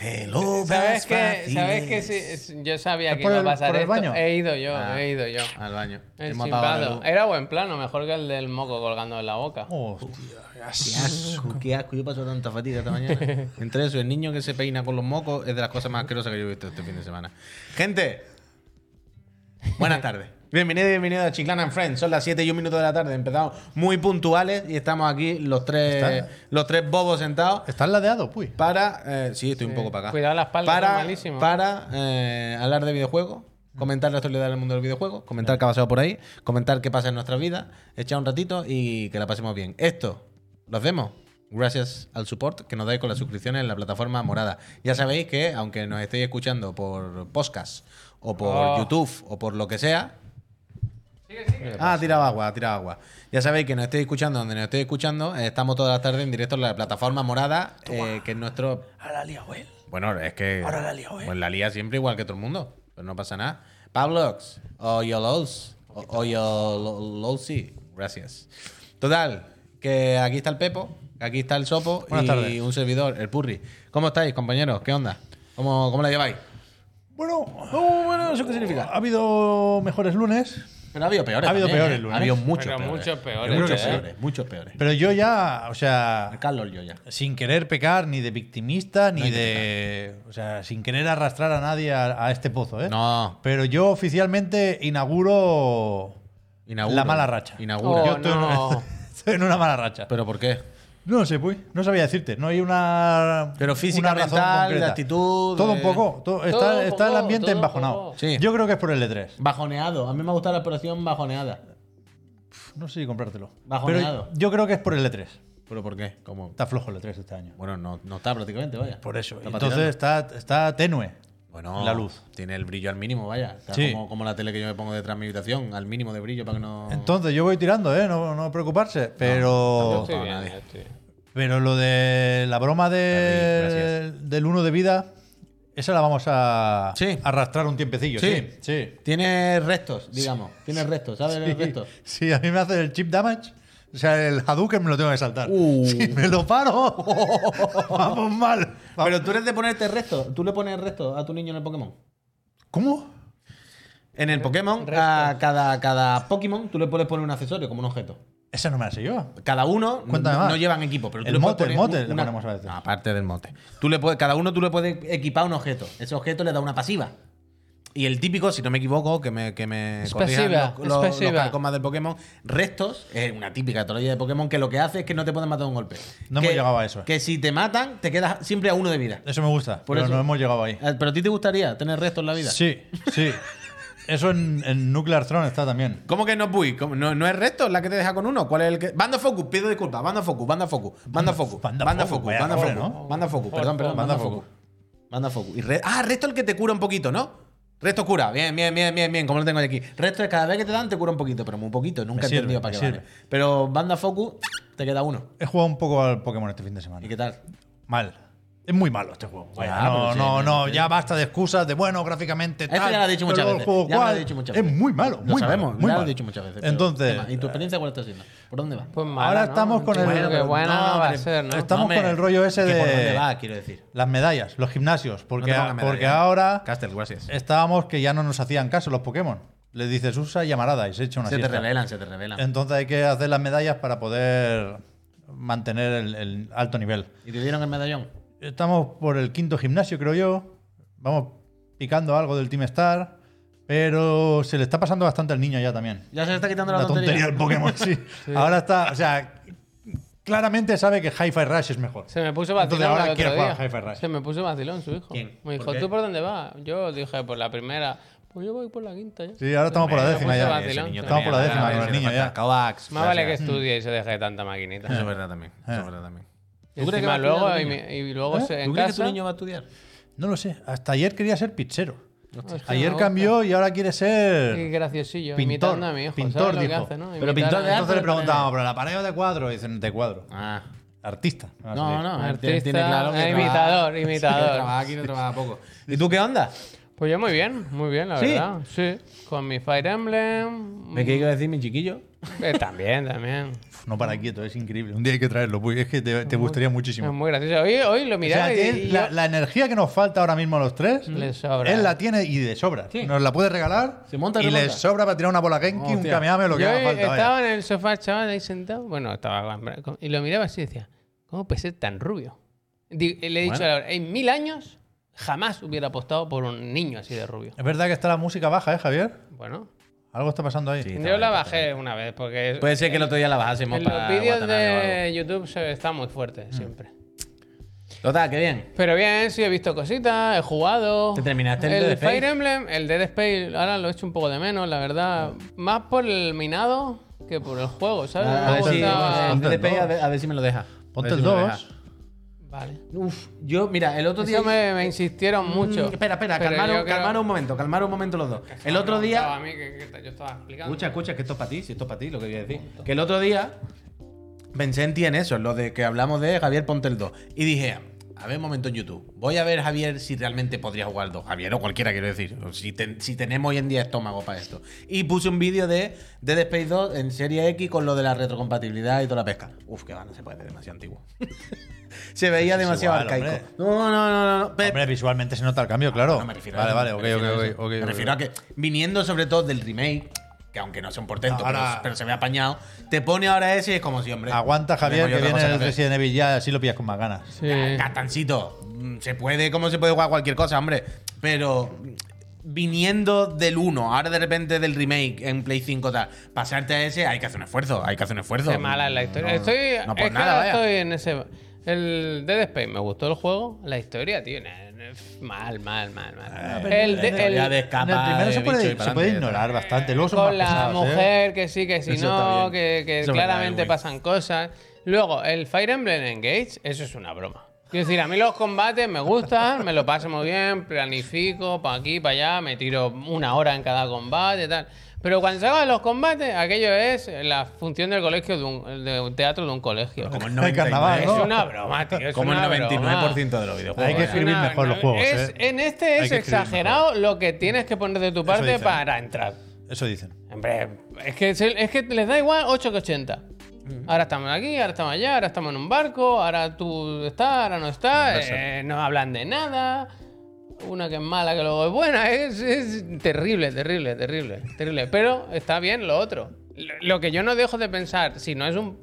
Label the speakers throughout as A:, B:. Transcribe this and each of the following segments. A: de lobas
B: ¿Sabes qué?
A: fáciles.
B: ¿Sabes qué? Sí, es- yo sabía
C: ¿Es
B: que
C: por
B: iba a
C: el-
B: pasar
C: por el
B: esto.
C: baño?
B: He ido yo,
A: Ah.
B: he ido yo.
A: Al baño.
B: El Eh.
A: Hemos apagado la
B: chimpado.
A: luz.
B: Era buen plano, mejor que el del moco colgando en la boca.
A: Oh, Qué asco, qué asco. Yo paso tanta fatiga esta mañana. Entre eso, el niño que se peina con los mocos es de las cosas más asquerosas que yo he visto este fin de semana. Gente, buenas tardes. Bienvenido y bienvenido a Chiclana and Friends. Son las 7 y un minuto de la tarde. Empezamos muy puntuales y estamos aquí los tres,
C: ¿Está?
A: los tres bobos sentados
C: ¿Estás ladeado, puy?
A: para... eh, sí, estoy un poco para acá.
B: Cuidado la espalda,
A: Para,
B: es malísimo.
A: para eh, hablar de videojuegos, comentar la actualidad del mundo del videojuego, comentar qué ha pasado por ahí, comentar qué pasa en nuestras vidas, echar un ratito y que la pasemos bien. Esto lo hacemos gracias al support que nos dais con las suscripciones en la plataforma morada. Ya sabéis que, aunque nos estéis escuchando por podcast o por
B: Oh.
A: YouTube o por lo que sea, Ah, tiraba agua, tiraba agua. Ya sabéis que nos estéis escuchando donde nos estéis escuchando. eh, estamos todas las tardes en directo en la plataforma morada, eh, que es nuestro. Ahora la lía Bueno, es que. Ahora la lía Pues la lía siempre igual que todo el mundo. Pero no pasa nada. Pablox, o Yolos, o o Yololsi. Gracias. Total, que aquí está el Pepo, aquí está el Sopo
C: Buenas
A: y
C: tardes.
A: un servidor, el Purri. ¿Cómo estáis, compañeros? ¿Qué onda? ¿Cómo, cómo la lleváis?
C: Bueno,
A: bueno, ¿eso qué significa?
C: ha habido mejores lunes,
A: Pero ha habido peores.
C: Ha habido
A: también,
C: peores,
A: ¿eh?
C: Lunes.
A: Ha habido muchos
B: Pero
A: peores.
B: muchos peores,
A: Muchos
B: ¿eh?
A: peores, muchos peores.
C: pero yo ya, o
A: Al
C: sea,
A: Carlos yo ya.
C: sin querer pecar ni de victimista ni
A: hay que
C: de. O sea, sin querer arrastrar a nadie a, a este pozo, ¿eh?
A: No,
C: Pero yo oficialmente inauguro.
A: inauguro.
C: La mala racha.
A: Inauguro.
B: Oh,
C: Yo estoy-
B: no.
C: Estoy en una mala racha.
A: ¿Pero por qué?
C: No sé, Puy. No sabía decirte. No hay una.
A: Pero física,
C: una razón
A: mental,
C: concreta.
A: de actitud, eh,
C: Todo
A: de-
C: un poco. todo- está,
B: Todo un
C: está el
B: poco,
C: ambiente
B: todo un
C: embajonado.
B: poco.
A: Sí.
C: Yo creo que es por el E3.
A: Bajoneado. A mí me gusta la expresión bajoneada.
C: No sé si comprártelo.
A: Bajoneado.
C: Pero yo creo que es por el E3.
A: ¿Pero por qué? ¿Cómo?
C: Está flojo el E3 este año.
A: Bueno, no, no está prácticamente, vaya.
C: Por eso.
A: Está
C: Entonces
A: patinando.
C: está, está tenue.
A: Bueno,
C: la luz.
A: Tiene el brillo al mínimo, vaya. Está
C: Sí.
A: como, como la tele que yo me pongo detrás de mi habitación, al mínimo de brillo para que no.
C: Entonces yo voy tirando, ¿eh? No, no preocuparse.
B: Yo
C: Pero,
B: estoy
A: no,
B: bien,
A: nadie.
B: yo estoy bien.
C: pero lo de la broma de- del uno de vida, esa la vamos a
A: Sí.
C: a arrastrar un tiempecillo. Sí,
A: Sí.
C: sí.
A: Tiene restos, digamos. Tiene restos, ¿sabes?
C: Sí,
A: el Restos.
C: sí, a mí me hace el chip damage. O sea, el Hadouken me lo tengo que saltar.
A: Uh.
C: Si me lo paro, vamos mal.
A: Pero tú eres de ponerte restos. Tú le pones restos a tu niño en el Pokémon.
C: ¿Cómo?
A: En
C: Eh,
A: el Pokémon,
B: restos.
A: a cada, cada Pokémon tú le puedes poner un accesorio como un objeto.
C: Esa no me la sé yo.
A: Cada uno no,
C: Cuéntame más.
A: no llevan equipo, pero tú
C: El
A: le puedes
C: mote, el
A: poner
C: mote
A: un-
C: le ponemos a veces.
A: No, aparte del mote. Tú le puedes, cada uno tú le puedes equipar un objeto. Ese objeto le da una pasiva. Y el típico, si no me equivoco, que me, que me
B: Es
A: corrijan
B: pasiva,
A: los,
B: es
A: los- los
B: pasiva.
A: calcomas del Pokémon, restos, es una típica teoría de Pokémon que lo que hace es que no te pueden matar de un golpe.
C: No
A: que,
C: hemos llegado a eso.
A: Que si te matan, te quedas siempre a uno de vida.
C: Eso me gusta,
A: Por
C: pero
A: eso-
C: no hemos llegado ahí.
A: Eh, Pero a ti te gustaría tener restos en la vida.
C: Sí, sí. Eso en, en Nuclear Throne está también.
A: ¿Cómo que no Puy? ¿Cómo? ¿No, ¿No es resto la que te deja con uno? ¿Cuál es el que.? Banda Focus, pido disculpas. Banda Focus, Banda Focus, Banda Focus,
C: Banda
A: Banda
C: Focus,
A: Focus,
C: vaya
A: Banda
C: nombre,
A: Focus,
C: ¿no?
A: Banda Focus, perdón, perdón,
C: Banda
A: Banda Focus. Banda Focus. Y re- ah, resto el que te cura un poquito, ¿no? Resto cura, bien, bien, bien, bien, bien, como lo tengo aquí. Resto es cada vez que te dan te cura un poquito, pero muy poquito, nunca he
C: sirve,
A: entendido para
C: me
A: qué vale.
C: sirve.
A: Pero Banda Focus, te queda uno.
C: He jugado un poco al Pokémon este fin de semana.
A: ¿Y qué tal?
C: Mal. Es muy malo este juego. Vaya,
A: Ya,
C: no,
A: pero sí,
C: no,
A: no,
C: no,
A: sí.
C: ya basta de excusas de bueno, gráficamente
A: Esto
C: tal.
A: ya lo has dicho muchas
C: pero el
A: veces,
C: juego
A: ya lo has
C: cual-
A: dicho muchas
C: es
A: veces.
C: muy malo.
A: Lo
C: muy malo,
A: sabemos,
C: muy
A: ya lo
C: malo.
A: he dicho muchas veces. pero-
C: Entonces,
A: ¿Y tu experiencia cuál está siendo? ¿Por dónde va?
B: Pues
C: Ahora
B: mala, ¿no?
C: estamos con el-
B: Bueno, qué
C: pero
B: buena
A: no,
B: va a
A: hombre.
B: ser, ¿no?
C: Estamos
A: hombre,
C: con el rollo ese
A: que
C: de-
A: ¿Por dónde va? Quiero decir.
C: las medallas, los gimnasios, porque,
A: No te pongas medalla. ¿eh?
C: porque ahora
A: Castel, gracias.
C: estábamos que ya no nos hacían caso los Pokémon. Les dices usa y amarada y se echa una
A: Se te
C: siesta.
A: revelan, se te revelan.
C: Entonces hay que hacer las medallas para poder mantener el, el alto nivel.
A: ¿Y te dieron el medallón?
C: Estamos por el quinto gimnasio, creo yo. Vamos picando algo del Team Star. Pero se le está pasando bastante al niño ya también.
A: Ya se está quitando la,
C: La
A: tontería.
C: tontería del Pokémon, sí. Ahora está, o sea, claramente sabe que Hi-Fi Rush es mejor.
B: Se me puso vacilón.
C: Entonces ahora
B: el otro
C: quiere jugar
B: día.
C: Hi-Fi Rush.
B: Se me puso vacilón su hijo.
A: ¿Quién?
B: Me dijo,
A: ¿Por qué?
B: ¿tú por dónde vas? Yo dije, por la primera. Pues yo voy por la quinta. ya.
C: Sí, ahora estamos por la
B: Hombre,
C: décima
B: Ah, no
C: ya.
B: puede ser vacilón.
C: Estamos por la décima con el niño ya.
B: Más vale que Eh. estudie y se deje de tanta maquinita.
A: Eso es verdad también. Eso es verdad también.
B: Y
A: ¿Tú crees que va
B: encima
A: a
B: luego,
A: estudiar
B: y,
A: el
B: mi- y luego
C: ¿Eh?
B: se- en
A: ¿Tú crees que tu
B: casa...
A: niño va a estudiar?
C: No lo sé. Hasta ayer quería ser pizzero.
B: Hostia,
C: Ayer
B: me
C: cambió y ahora quiere
B: gusta. Qué
C: ser.
B: graciosillo.
C: Pintor,
B: Imitando a mi hijo. ¿Sabes
C: pintor,
B: lo que
C: dijo.
B: hace, no?
A: Pero
B: Imitar
A: pintor
B: a-
A: de arte.
C: Entonces le preguntábamos, ¿pero la pared o de cuadro? Y dicen, de cuadro.
A: Ah.
C: Artista. Ah,
A: No,
C: sí.
A: no.
B: Artista,
A: tiene- tiene claro que
B: eh,
A: trabaja-
B: imitador, imitador.
A: Que trabaja aquí, no trabaja poco. ¿Y tú qué onda?
B: Pues yo muy bien, muy bien, la
A: ¿Sí?
B: verdad. Sí. Con mi Fire Emblem. mm,
A: ¿Me qué iba a decir mi chiquillo?
B: Eh, también, también.
C: Uf, no para quieto, es increíble. Un día hay que traerlo, porque es que te, te gustaría muchísimo.
B: Es muy gracioso. Hoy, hoy lo
C: O sea,
B: miraba y-
C: que
B: y
C: la,
B: yo- Mm.
C: la energía que nos falta ahora mismo a los tres,
B: Le sobra.
C: él la tiene y de sobra.
B: Sí.
C: Nos la puede regalar
A: Se monta y
C: y le
A: remonta.
C: sobra para tirar una bola Genki, un
A: Hostia.
C: kamehame, lo que
B: yo
C: haga falta. vaya.
B: estaba en el sofá, chaval, ahí sentado. Bueno, estaba con- Y lo miraba así y decía, ¿cómo puede ser tan rubio? Di- eh, Le he dicho
A: Bueno.
B: a Laura, en mil años jamás hubiera apostado por un niño así de rubio.
C: Es verdad que está la música baja, ¿eh, Javier?
B: Bueno,
C: Algo está pasando ahí.
A: Sí.
B: yo la bajé una vez porque...
A: Puede ser que el otro día la bajásemos
B: En
A: para
B: los vídeos
A: Watanabe o algo. Mm.
B: de YouTube se está muy fuerte siempre.
A: Total, qué bien.
B: Pero bien, sí, he visto cositas, he jugado.
A: ¿Te terminaste el
B: el
A: Dead Space?
B: Fire Emblem, el Dead Space, ahora lo he hecho un poco de menos, la verdad.
A: Mm.
B: Más por el minado que por el juego, ¿sabes?
A: A
B: Me
A: ver, si,
B: gusta-
A: eh,
C: Ponte el
A: DDP, a,
C: dos.
A: ver, a ver si me lo deja.
C: Ponte
A: A ver
C: el
A: si me lo
C: 2.
A: deja.
B: Vale.
A: Uf, yo, mira, el otro día.
B: Eso me, me insistieron mucho.
A: Mm, Espera, espera,
B: Pero
A: calmaros,
B: yo creo-
A: calmaros un momento, calmaros un momento los dos. El otro
B: Estaba a
A: día.
B: mí que- que yo estaba explicando.
A: Escucha, escucha, que esto es para ti, si esto es para ti, lo que voy a decir. Que el otro día pensé en ti en eso, en lo de que hablamos de Javier Ponte el 2. Y dije, a ver un momento en YouTube. Voy a ver, Javier, si realmente podría jugar al 2. Javier o cualquiera, quiero decir. o Si, ten- si tenemos hoy en día estómago para esto. Y puse un vídeo de Dead Space 2 en Serie X con lo de la retrocompatibilidad y toda la pesca. Uf, que va, no se puede, demasiado antiguo. se veía demasiado
C: igual,
A: arcaico.
C: hombre.
A: No, no, no, no. no. pe-
C: Hombre, visualmente se nota el cambio, claro.
A: no me refiero
C: vale,
A: a
C: vale,
A: me
C: ok,
A: refiero a
C: ok,
A: eso.
C: ok.
A: Me refiero a que, viniendo sobre todo del remake, que aunque no sea un portento,
C: Ahora-
A: pero, pero se ve apañado, te pone ahora ese y es como si, hombre.
C: Aguanta, Javier,
A: tenemos yo otra
C: que viene
A: cosa
C: el
A: hacer.
C: Resident Evil ya, así lo pillas con más ganas.
B: Sí.
A: Catancito, mm, se puede, como se puede jugar cualquier cosa, hombre. Pero mm, viniendo del 1, ahora de repente del remake en Play 5 tal, pasarte a ese, hay que hacer un esfuerzo, hay que hacer un esfuerzo.
B: Qué mala es la historia.
A: No,
B: estoy,
A: no
B: es
A: por
B: que
A: nada,
B: ahora
A: vaya.
B: estoy en ese. El Dead Space me gustó el juego, la historia, tío. na- na- mal, mal, mal, mal. el, de-
A: La historia
B: el-
A: Ah, de
C: En
A: escapar
C: el primero
A: de
C: se
A: bicho y
C: puede,
A: para
C: se puede
A: adelante,
C: ignorar bastante. Luego son más
B: con la
C: pesados, ¿eh?
B: mujer, que sí, que si
A: Eso
B: no,
A: está bien.
B: que, que
A: Eso es
B: claramente
A: verdad, güey.
B: pasan cosas. Luego, el Fire Emblem Engage, eso es una broma. Quiero decir, a mí los combates me gustan, me lo paso muy bien, planifico para aquí, para allá, me tiro una hora en cada combate y tal. Pero cuando se hagan los combates, aquello es la función del colegio, de un, de un teatro de un colegio.
A: Como el
C: Hay
A: 99,
C: carnaval, Ah, ¿no?
B: Es una broma, tío. es
A: como el
B: una
A: 99%
B: broma.
A: de los videojuegos.
C: Hay que
A: ¿eh?
C: escribir
B: No,
C: mejor
B: no,
C: los juegos.
B: es-
C: ¿eh?
B: En este
C: Hay
B: es
C: que escribir
B: exagerado lo que tienes que poner de tu parte
C: dicen.
B: para entrar.
C: mejor. Eso dicen.
B: Hombre, es que, se- es que les da igual 8 que 80. Ahora estamos aquí, ahora estamos allá, ahora estamos en un barco, ahora tú estás, ahora no estás, eh, no hablan de nada. Una que es mala, que luego es buena, es, es terrible, terrible, terrible, terrible. Pero está bien lo otro. Lo- Lo que yo no dejo de pensar, si no es un,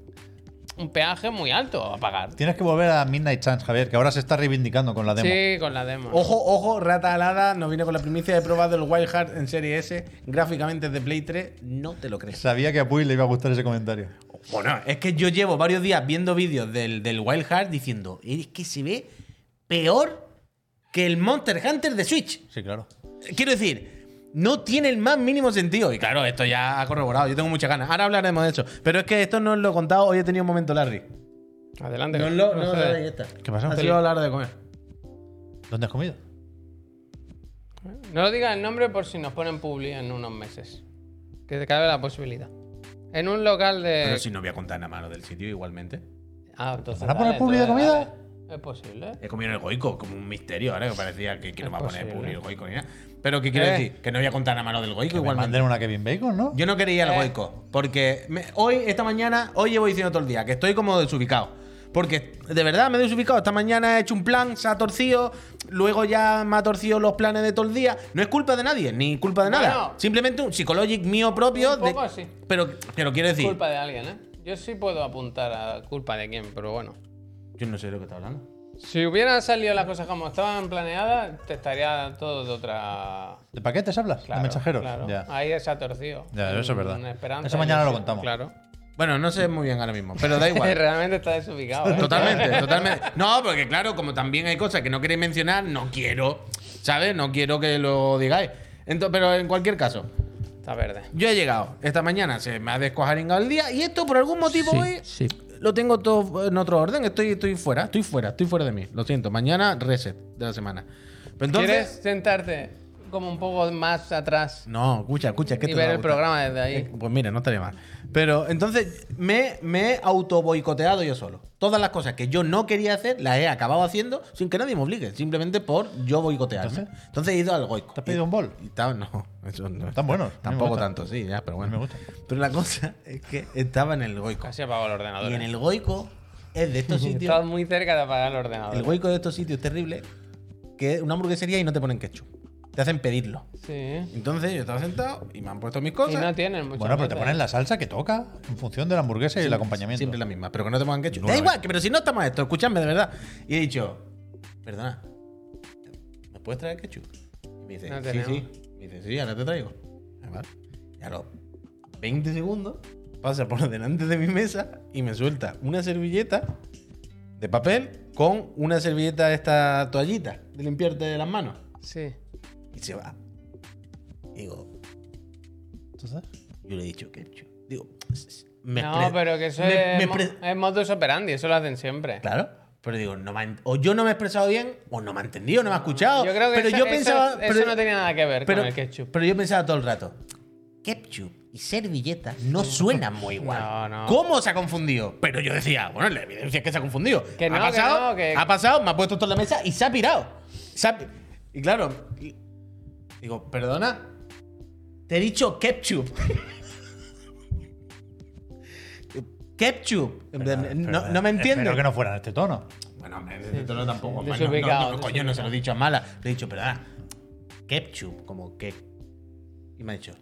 B: un peaje muy alto a pagar.
C: Tienes que volver a Midnight Chance, Javier, que ahora se está reivindicando con la demo.
B: Sí, con la demo.
A: Ojo, ojo, rata alada, nos viene con la primicia. He probado el Wild Heart en serie S, gráficamente de Play 3, no te lo crees.
C: Sabía que a Puy le iba a gustar ese comentario.
A: Bueno, es que yo llevo varios días viendo vídeos del, del Wild Heart diciendo, es que se ve peor que el Monster Hunter de Switch. Eh,
C: Sí, claro.
A: Quiero decir, no tiene el más mínimo sentido. Y claro, esto ya ha corroborado, yo tengo muchas ganas. Ahora hablaremos de eso. Pero es que esto no os lo he contado, hoy he tenido un momento Larry.
B: Adelante.
A: No os lo, no os lo- ahí
B: Procede.
A: está.
C: ¿Qué pasó?
A: Ha sido a la hora de comer.
C: ¿Dónde has comido?
B: No lo digas el nombre por si nos ponen publi en unos meses. Que te cabe la posibilidad. En un local de.
A: Pero si no voy a contar nada malo del sitio igualmente.
B: Ah, entonces.
C: ¿Van a poner
B: dale,
C: publi de
B: entonces,
C: comida?
B: dale. Es posible. ¿eh?
A: He comido en el goico, como un misterio ahora que parecía que, que no
B: Es
A: va a poner
B: posible.
A: publi el goico ni nada. Pero ¿qué quiero
B: Eh.
A: decir? Que no voy a contar nada malo del goico
C: Que me
A: igualmente.
C: manden una Kevin Bacon, ¿no?
A: Yo no quería ir al
B: Eh.
A: goico, porque me- hoy, esta mañana, hoy llevo diciendo todo el día que estoy como desubicado. Porque de verdad me he desubicado. Esta mañana he hecho un plan, se ha torcido, luego ya me ha torcido los planes de todo el día. No es culpa de nadie, ni culpa de nada.
B: Bueno.
A: Simplemente un psicológico mío propio.
B: Un poco
A: de-
B: sí.
A: pero, pero quiero decir.
B: Culpa de alguien, ¿eh? Yo sí puedo apuntar a culpa de quién, pero bueno.
A: Yo no sé de lo que está hablando.
B: Si hubieran salido las cosas como estaban planeadas, te estaría todo de otra.
C: ¿De paquetes hablas?
B: Claro,
C: ¿De mensajeros?
B: claro.
C: Ya.
B: Ahí se ha torcido.
C: Ya, eso es verdad.
B: Una esperanza,
C: Eso mañana lo
B: ilusión,
C: contamos.
B: Claro.
A: Bueno, no sé muy bien ahora mismo, pero da igual.
B: Realmente está desubicado. ¿eh?
A: Totalmente, totalmente. No, porque claro, como también hay cosas que no queréis mencionar, no quiero, ¿sabes? No quiero que lo digáis. Ento- pero en cualquier caso,
B: Está verde.
A: yo he llegado. Esta mañana se me ha descuajaringado el día y esto por algún motivo hoy lo tengo todo en otro orden. Estoy, estoy fuera, estoy fuera, estoy fuera de mí. Lo siento, mañana reset de la semana. Pero entonces,
B: ¿Quieres sentarte como un poco más atrás
A: No, escucha, escucha, es que
B: y
A: te va
B: ver
A: a
B: el
A: gustar.
B: programa desde ahí.
A: Eh, Pues mira, no estaría mal. Pero entonces me, me he auto boicoteado yo solo. Todas las cosas que yo no quería hacer las he acabado haciendo sin que nadie me obligue, simplemente por yo boicotearme. Entonces,
C: Entonces,
A: he ido al goico.
C: ¿Te has pedido un bol?
A: Y ta- no, eso no.
C: Están buenos, a mí me
A: Tampoco
C: gustan.
A: tanto, sí, ya, pero
C: A mí
A: bueno.
C: me gustan.
A: Pero la cosa es que estaba en el goico.
B: Casi apago el ordenador.
A: Y en el goico es de estos sitios.
B: Estás muy cerca de apagar el ordenador.
A: El goico de estos sitios terribles que es una hamburguesería y no te ponen ketchup. Te hacen pedirlo.
B: Sí.
A: Entonces yo estaba sentado y me han puesto mis
B: Y
A: cosas.
B: no tienen mucho.
C: Bueno, pero te ponen la salsa que toca en función de la hamburguesa y el acompañamiento.
A: Siempre la misma, pero que no te pongan ketchup.
C: No,
A: da
C: no,
A: igual, que, pero si no estamos a esto, escúchame de verdad. Y he dicho, perdona, ¿me puedes traer ketchup? Y me dice,
B: No
A: sí,
B: tenemos.
A: sí. Me dice, sí, ahora te traigo. Ah, vale. Y a los 20 segundos pasa por delante de mi mesa y me suelta una servilleta de papel con una servilleta de esta toallita de limpiarte las manos.
B: Sí.
A: Y se va. Y digo,
C: Entonces,
A: yo le he dicho ketchup. Digo, me
B: No,
A: pre-
B: pero que eso
A: me-
B: es,
A: me
B: mo-
A: pre-
B: es modus operandi, eso lo hacen siempre.
A: Claro. Pero digo, no me ha ent- o yo no me he expresado bien, o no me ha entendido, no me ha escuchado.
B: Yo creo que
A: pero
B: eso,
A: yo
B: eso-
A: pensaba,
B: eso,
A: pero,
B: no tenía nada que ver
A: pero-
B: con el ketchup.
A: pero yo pensaba todo el rato. Ketchup y servilleta no suenan muy igual.
B: No, no.
A: ¿Cómo se ha confundido? Pero yo decía, bueno, la evidencia es que se ha confundido.
B: Que no,
A: ha
B: que
A: pasado,
B: no, que-
A: ha pasado, me ha puesto esto en la mesa y se ha pirado. Se ha pi- y claro, y- digo, perdona, te he dicho ketchup. ketchup. En plan, no, no me entiendes.
C: Espero que no fuera de este tono.
A: Bueno, hombre, de este tono tampoco.
B: sí.
A: hombre, no,
B: Desubicado,
A: no, no, coño, no se lo he dicho a mala. Le he dicho, perdona, ketchup, como que. Y me ha dicho,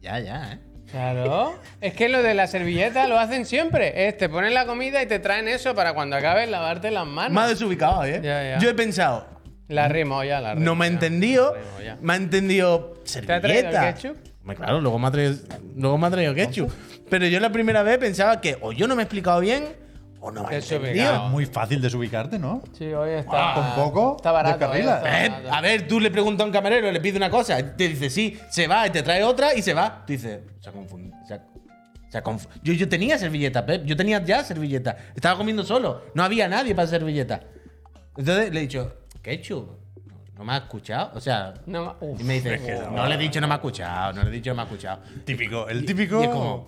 A: ya, ya, ¿eh?
B: Claro. Es que lo de la servilleta lo hacen siempre. Es, te ponen la comida y te traen eso para cuando acabes lavarte las manos.
A: Más desubicado, ¿eh?
B: Ya, ya.
A: Yo he pensado,
B: La rimo ya, la rimo.
A: no me ha
B: ya.
A: entendido,
B: La rimo ya.
A: me ha entendido servilleta.
B: traído el ketchup?
A: Hombre, claro, luego me ha traído, luego me ha traído ketchup. Pero yo la primera vez pensaba que o yo no me he explicado bien o no me ha
B: Desubicado.
A: entendido.
B: No.
C: Muy fácil desubicarte, ¿no?
B: Sí, hoy está.
C: Con poco,
B: Está barato. hoy
C: descarrila.
B: está
A: Eh,
B: barato.
A: a ver, tú le preguntas a un camarero, le pide una cosa, te dice sí, se va y te trae otra y se va. Tú dices, se ha confundido. Se ha- se ha confu- yo, yo tenía servilleta, Pep, yo tenía ya servilleta. Estaba comiendo solo, no había nadie para servilleta. Entonces le he dicho, ketchup, no, no me ha escuchado. O sea,
B: No, uf.
A: y me dice, no, le he dicho no me ha escuchado, no le he dicho no me ha escuchado.
C: Típico,
A: Y-
C: el
A: y
C: típico.
A: es como-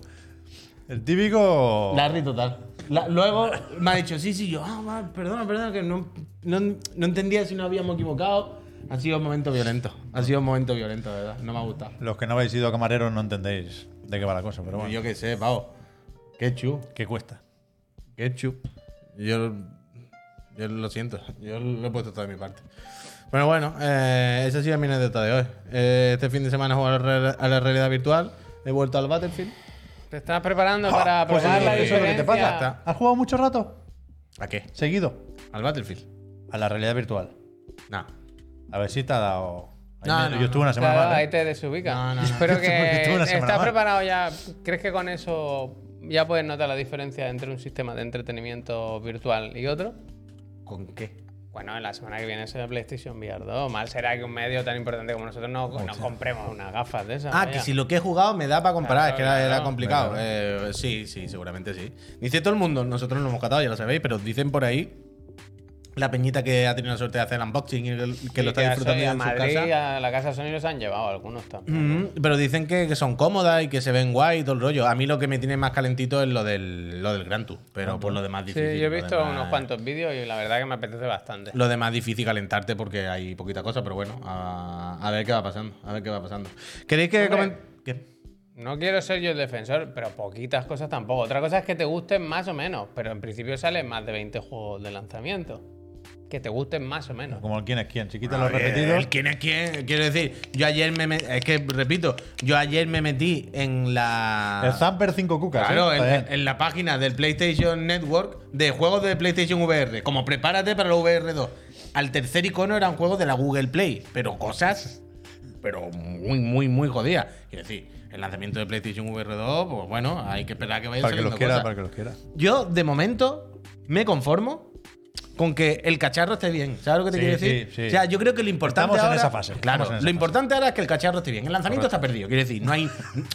C: El típico.
A: Larry total. La- luego me ha dicho, sí, sí, yo, ah, va, perdona, perdona, que no, no, no entendía si nos habíamos equivocado. Ha sido un momento violento. Ha sido un momento violento, de verdad. No me ha gustado.
C: Los que no habéis ido a camareros no entendéis de qué va la cosa, pero bueno.
A: Yo qué sé, pavo. Ketchup,
C: ¿Qué cuesta?
A: ketchup. Yo, yo lo siento. Yo lo he puesto todo de mi parte. Pero bueno, eh, esa ha sido mi anécdota de hoy. Eh, este fin de semana he jugado a la, re- a la realidad virtual. He vuelto al Battlefield.
B: Te estás
A: Ah,
B: preparando para
C: pues
B: probar la
C: eso es lo que
B: diferencia.
C: te pasa. ¿Has jugado mucho rato?
A: ¿A qué?
C: Seguido.
A: ¿Al Battlefield?
C: A la realidad virtual.
A: No.
C: A ver si te ha dado. Ahí
A: No,
C: me-
A: no,
C: yo
A: no.
C: estuve una semana
B: Claro,
C: mal, ¿eh?
B: ahí te desubica.
A: No, no, no.
B: Pero
C: Porque
B: que
C: estuve una semana
B: estás
C: mal.
B: preparado ya. ¿Crees que con eso ya puedes notar la diferencia entre un sistema de entretenimiento virtual y otro?
A: ¿Con qué?
B: Bueno, la semana que viene será PlayStation VR 2. Mal será que un medio tan importante como nosotros no, no compremos unas gafas de esas.
A: Ah,
B: vaya.
A: que si lo que he jugado me da para comparar, es
B: Claro,
A: que era,
B: claro,
A: era complicado. Eh, sí, sí, seguramente sí. Dice todo el mundo, nosotros no hemos catado, ya lo sabéis, pero dicen por ahí la peñita que ha tenido la suerte de hacer el unboxing y el- que
B: Sí,
A: lo está
B: a
A: disfrutando
B: Sony-
A: en
B: a
A: su
B: Madrid,
A: casa.
B: A la casa Sony los han llevado algunos también.
A: Mm, pero dicen que, que son cómodas y que se ven guay y todo el rollo. A mí lo que me tiene más calentito es lo del, lo del Gran Tour, pero por lo demás
B: Sí,
A: difícil.
B: yo he
A: lo
B: visto
A: demás-
B: unos cuantos vídeos y la verdad que me apetece bastante.
A: Lo demás difícil calentarte porque hay poquita cosa, pero bueno, a, a ver qué va pasando, a ver qué va pasando. ¿Queréis que
B: Hombre.
A: comen- ¿Qué?
B: No quiero ser yo el defensor, pero poquitas cosas tampoco. Otra cosa es que te gusten más o menos, pero en principio salen más de 20 juegos de lanzamiento. Que te gusten más o menos.
C: Como el quién es quién. Si quitas
A: A
C: los
A: ver,
C: repetidos.
A: ¿Quién es quién? Quiero decir, yo ayer me met- Es que, repito, yo ayer me metí en la.
C: El Zamper 5 cucas.
A: Claro,
C: ¿eh?
A: en,
C: Está bien.
A: en la página del PlayStation Network de juegos de PlayStation VR. Como prepárate para la VR 2. Al tercer icono eran juegos de la Google Play, pero cosas. Pero muy, muy, muy jodidas. Quiero decir, el lanzamiento de PlayStation VR 2, pues bueno, hay que esperar a que vaya
C: Para que
A: saliendo
C: los quiera,
A: cosas.
C: para que los quiera.
A: Yo, de momento, me conformo con que el cacharro esté bien. ¿Sabes lo que te
C: Sí,
A: quiero decir?
C: sí, sí.
A: O sea, yo creo que lo importante
C: Estamos en
A: ahora,
C: esa fase, estamos
A: Claro,
C: en esa
A: lo
C: fase.
A: importante ahora es que el cacharro esté bien. El lanzamiento está perdido. Quiero decir, no hay.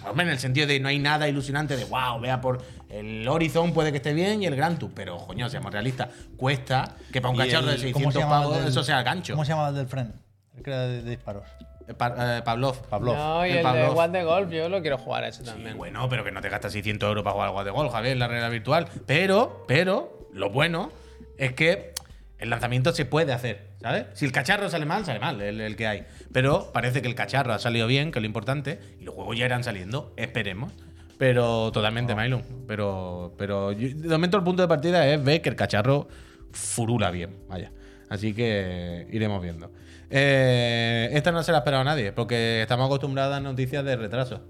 A: hombre, en el sentido de no hay nada ilusionante de wow, vea por. El Horizon puede que esté bien y el Gran Tour. Pero, coño, seamos realistas. Cuesta que para un
C: Y
A: cacharro
C: el-
A: de
C: ¿cómo se
A: 600
C: llama el
A: pavos
C: del-
A: eso sea gancho.
C: ¿Cómo se llama el del friend? El que era de, de disparos.
A: Eh, Pa- eh, Pavlov.
C: Pavlov.
B: No, y
A: El
B: el, de
A: Pavlov.
B: What the Golf, yo lo quiero jugar a ese también.
A: Bueno, pero que no te gastas 600 euros para jugar al Watergol, Javier, la realidad virtual. Pero, pero, lo bueno es que el lanzamiento se puede hacer, ¿sabes? Si el cacharro sale mal, sale mal, el, el que hay. Pero parece que el cacharro ha salido bien, que es lo importante, y los juegos ya irán saliendo, esperemos. Pero totalmente, Mylon. Pero, pero yo- de momento el punto de partida es ver que el cacharro furula bien, vaya. Así que iremos viendo. Eh, esta no se la ha esperado nadie, porque estamos acostumbrados a noticias de retrasos.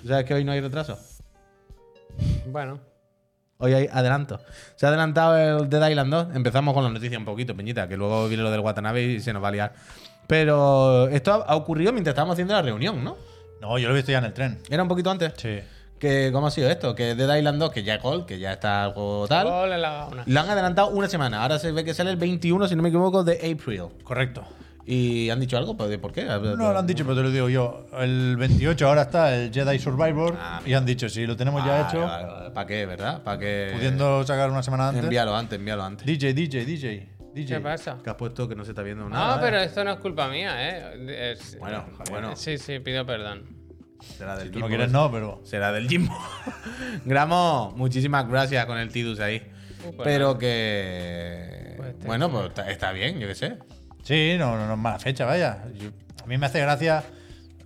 A: ¿Tú sabes que hoy no hay retraso?
B: Bueno.
A: Hoy hay adelanto. Se ha adelantado el Dead Island 2. Empezamos con la noticia un poquito, Peñita, que luego viene lo del Watanabe y se nos va a liar. Pero esto ha ha ocurrido mientras estábamos haciendo la reunión, ¿no?
C: No, yo lo he visto ya en el tren.
A: Era un poquito antes.
C: Sí.
A: Que, ¿Cómo ha sido esto? Que Dead Island 2, que ya es gol, que ya está el juego tal,
B: Gol en la gauna.
A: lo han adelantado una semana. Ahora se ve que sale el 21, si no me equivoco, de April.
C: Correcto.
A: ¿Y han dicho algo? ¿De por qué?
C: No lo han dicho, pero te lo digo yo. El 28 ahora está el Jedi Survivor
A: Ah,
C: y han dicho, si lo tenemos ya hecho,
A: ¿Para qué, verdad? ¿Para qué?
C: pudiendo sacar una semana antes.
A: Envíalo antes, envíalo antes.
C: DJ, DJ, DJ, DJ.
B: ¿Qué pasa?
A: Que has puesto que no se está
C: Ah,
A: viendo
B: No,
A: nada. ¿eh?
B: pero esto no es culpa mía, ¿eh? Es-
A: Bueno, bueno.
B: Sí, sí, pido perdón.
A: Será del
C: Tú
A: Jimbo,
C: no quieres,
A: ¿eh?
C: no, pero.
A: Será del Jimbo. Gramo, muchísimas gracias con el Tidus ahí.
B: Uh, pues
A: Pero que.
B: Pues te-
A: bueno, pues está, está bien, yo qué sé.
C: Sí, no, no, no es mala fecha, vaya. Yo- a mí me hace gracia.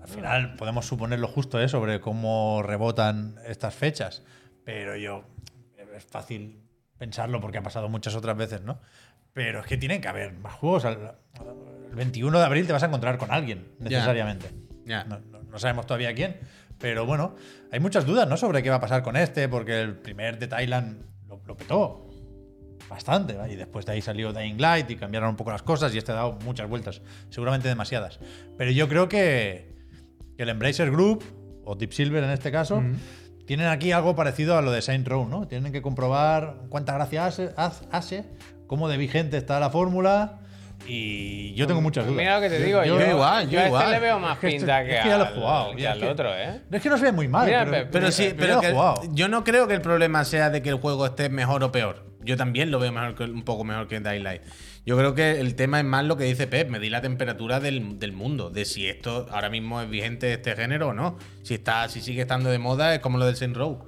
C: Al final podemos suponer lo justo ¿eh? sobre cómo rebotan estas fechas. Pero yo. Es fácil pensarlo porque ha pasado muchas otras veces, ¿no? Pero es que tienen que haber más juegos. Al- El 21 de abril te vas a encontrar con alguien, necesariamente.
A: Ya.
C: No, no- no sabemos todavía quién. Pero bueno, hay muchas dudas, ¿no? Sobre qué va a pasar con este, porque el primer de Thailand lo, lo petó bastante. ¿vale? Y después de ahí salió Dying Light y cambiaron un poco las cosas y este ha dado muchas vueltas, seguramente demasiadas. Pero yo creo que, que el Embracer Group, o Deep Silver en este caso, tienen aquí algo parecido a lo de Saint Row, ¿no? Tienen que comprobar cuánta gracia hace, haz- hace, cómo de vigente está la fórmula. Y yo tengo muchas dudas.
B: Pues, Mira lo que te digo, yo,
A: yo igual, yo
B: a este
A: igual.
B: le veo más
C: Es que esto-
B: pinta que,
C: es que ya lo he
B: al-
C: jugado,
B: que
C: ya,
B: al
C: es que-
B: otro, ¿eh?
C: No es que no se ve muy mal,
B: Mira,
C: Eh, pero,
B: Pep,
A: Pero
B: Mira, eh,
A: sí,
B: pero
A: pero
C: lo
A: que-
C: he jugado.
A: yo no creo que el problema sea de que el juego esté mejor o peor. Yo también lo veo mejor que- un poco mejor que Dying Light. Yo creo que el tema es más lo que dice Pep, medir la temperatura del, del mundo, de si esto ahora mismo es vigente este género o no. Si está, si sigue estando de moda, es como lo del Saint Row.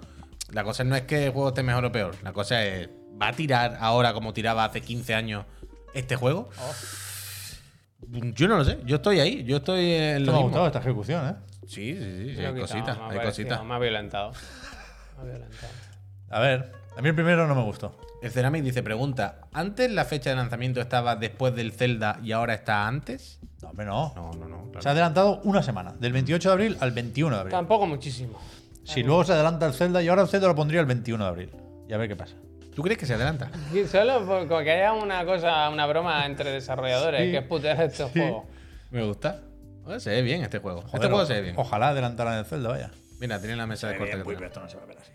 A: La cosa no es que el juego esté mejor o peor. La cosa es, ¿va a tirar ahora como tiraba hace 15 años este juego?
C: Oh.
A: Yo no lo sé. Yo estoy ahí. Yo estoy en
C: Esto
A: lo
C: me ha
A: mismo.
C: gustado esta ejecución, ¿eh?
A: Sí, sí, sí. sí,
B: Lo he
A: hay
B: quitado,
A: cositas,
B: me ha
A: hay
B: parecido
A: cositas.
B: más violentado. Más violentado.
C: A ver, a mí el primero no me gustó.
A: El Ceramic dice, pregunta, ¿antes la fecha de lanzamiento estaba después del Zelda y ahora está antes?
C: No, hombre, no.
A: No, no, no.
C: Se ha adelantado una semana, del 28 de abril al 21 de abril.
B: Tampoco muchísimo.
C: Si luego se adelanta el Zelda, y ahora el Zelda lo pondría el 21 de abril. Y a ver qué pasa.
A: ¿Tú crees que se adelanta?
B: Y Solo porque haya una cosa, una broma entre desarrolladores,
C: Sí.
B: que este es putear estos
C: Sí.
B: juegos.
A: Me gusta. Oye, se ve bien este juego. este
C: Joder,
A: juego se ve bien.
C: Ojalá adelantaran el Zelda, vaya.
A: Mira, tiene la mesa de corte que tenemos.
C: Eh, esto no se va a ver así. eh.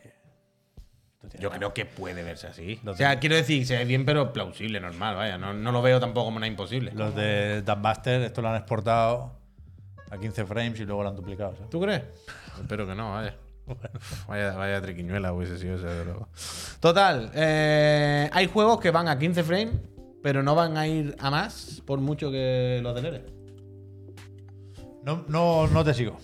A: Yo creo que puede verse así.
C: Lo
A: O sea, quiero decir, se ve bien, pero plausible, normal, vaya. No, no lo veo tampoco como una imposible.
C: Los de Dumbbuster, esto lo han exportado a 15 frames y luego lo han duplicado. ¿sabes?
A: ¿Tú crees? Espero que no, vaya. Vaya, vaya triquiñuela hubiese sido ese, de luego. Total, eh, hay juegos que van a 15 frames, pero no van a ir a más por mucho que los acelere.
C: No, no, no te sigo.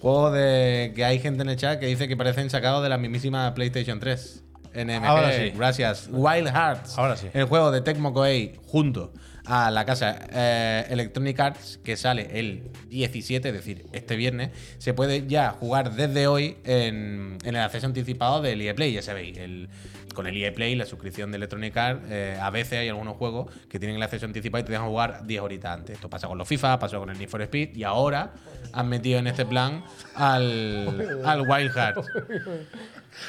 A: Juegos de que hay gente en el chat que dice que parecen sacados de la mismísima PlayStation 3. NMG,
C: Ahora sí.
A: gracias. Wild Hearts.
C: Ahora sí.
A: El juego de Tecmo Koei junto a la casa eh, Electronic Arts que sale el 17, es decir, este viernes, se puede ya jugar desde hoy en, en el acceso anticipado del EA Play, ya sabéis, el- con el EA Play, la suscripción de Electronic Arts, eh, a veces hay algunos juegos que tienen el acceso anticipado y te dejan jugar 10 horitas antes. Esto pasa con los FIFA, pasó con el Need for Speed y ahora han metido en este plan al, al Wild Hearts.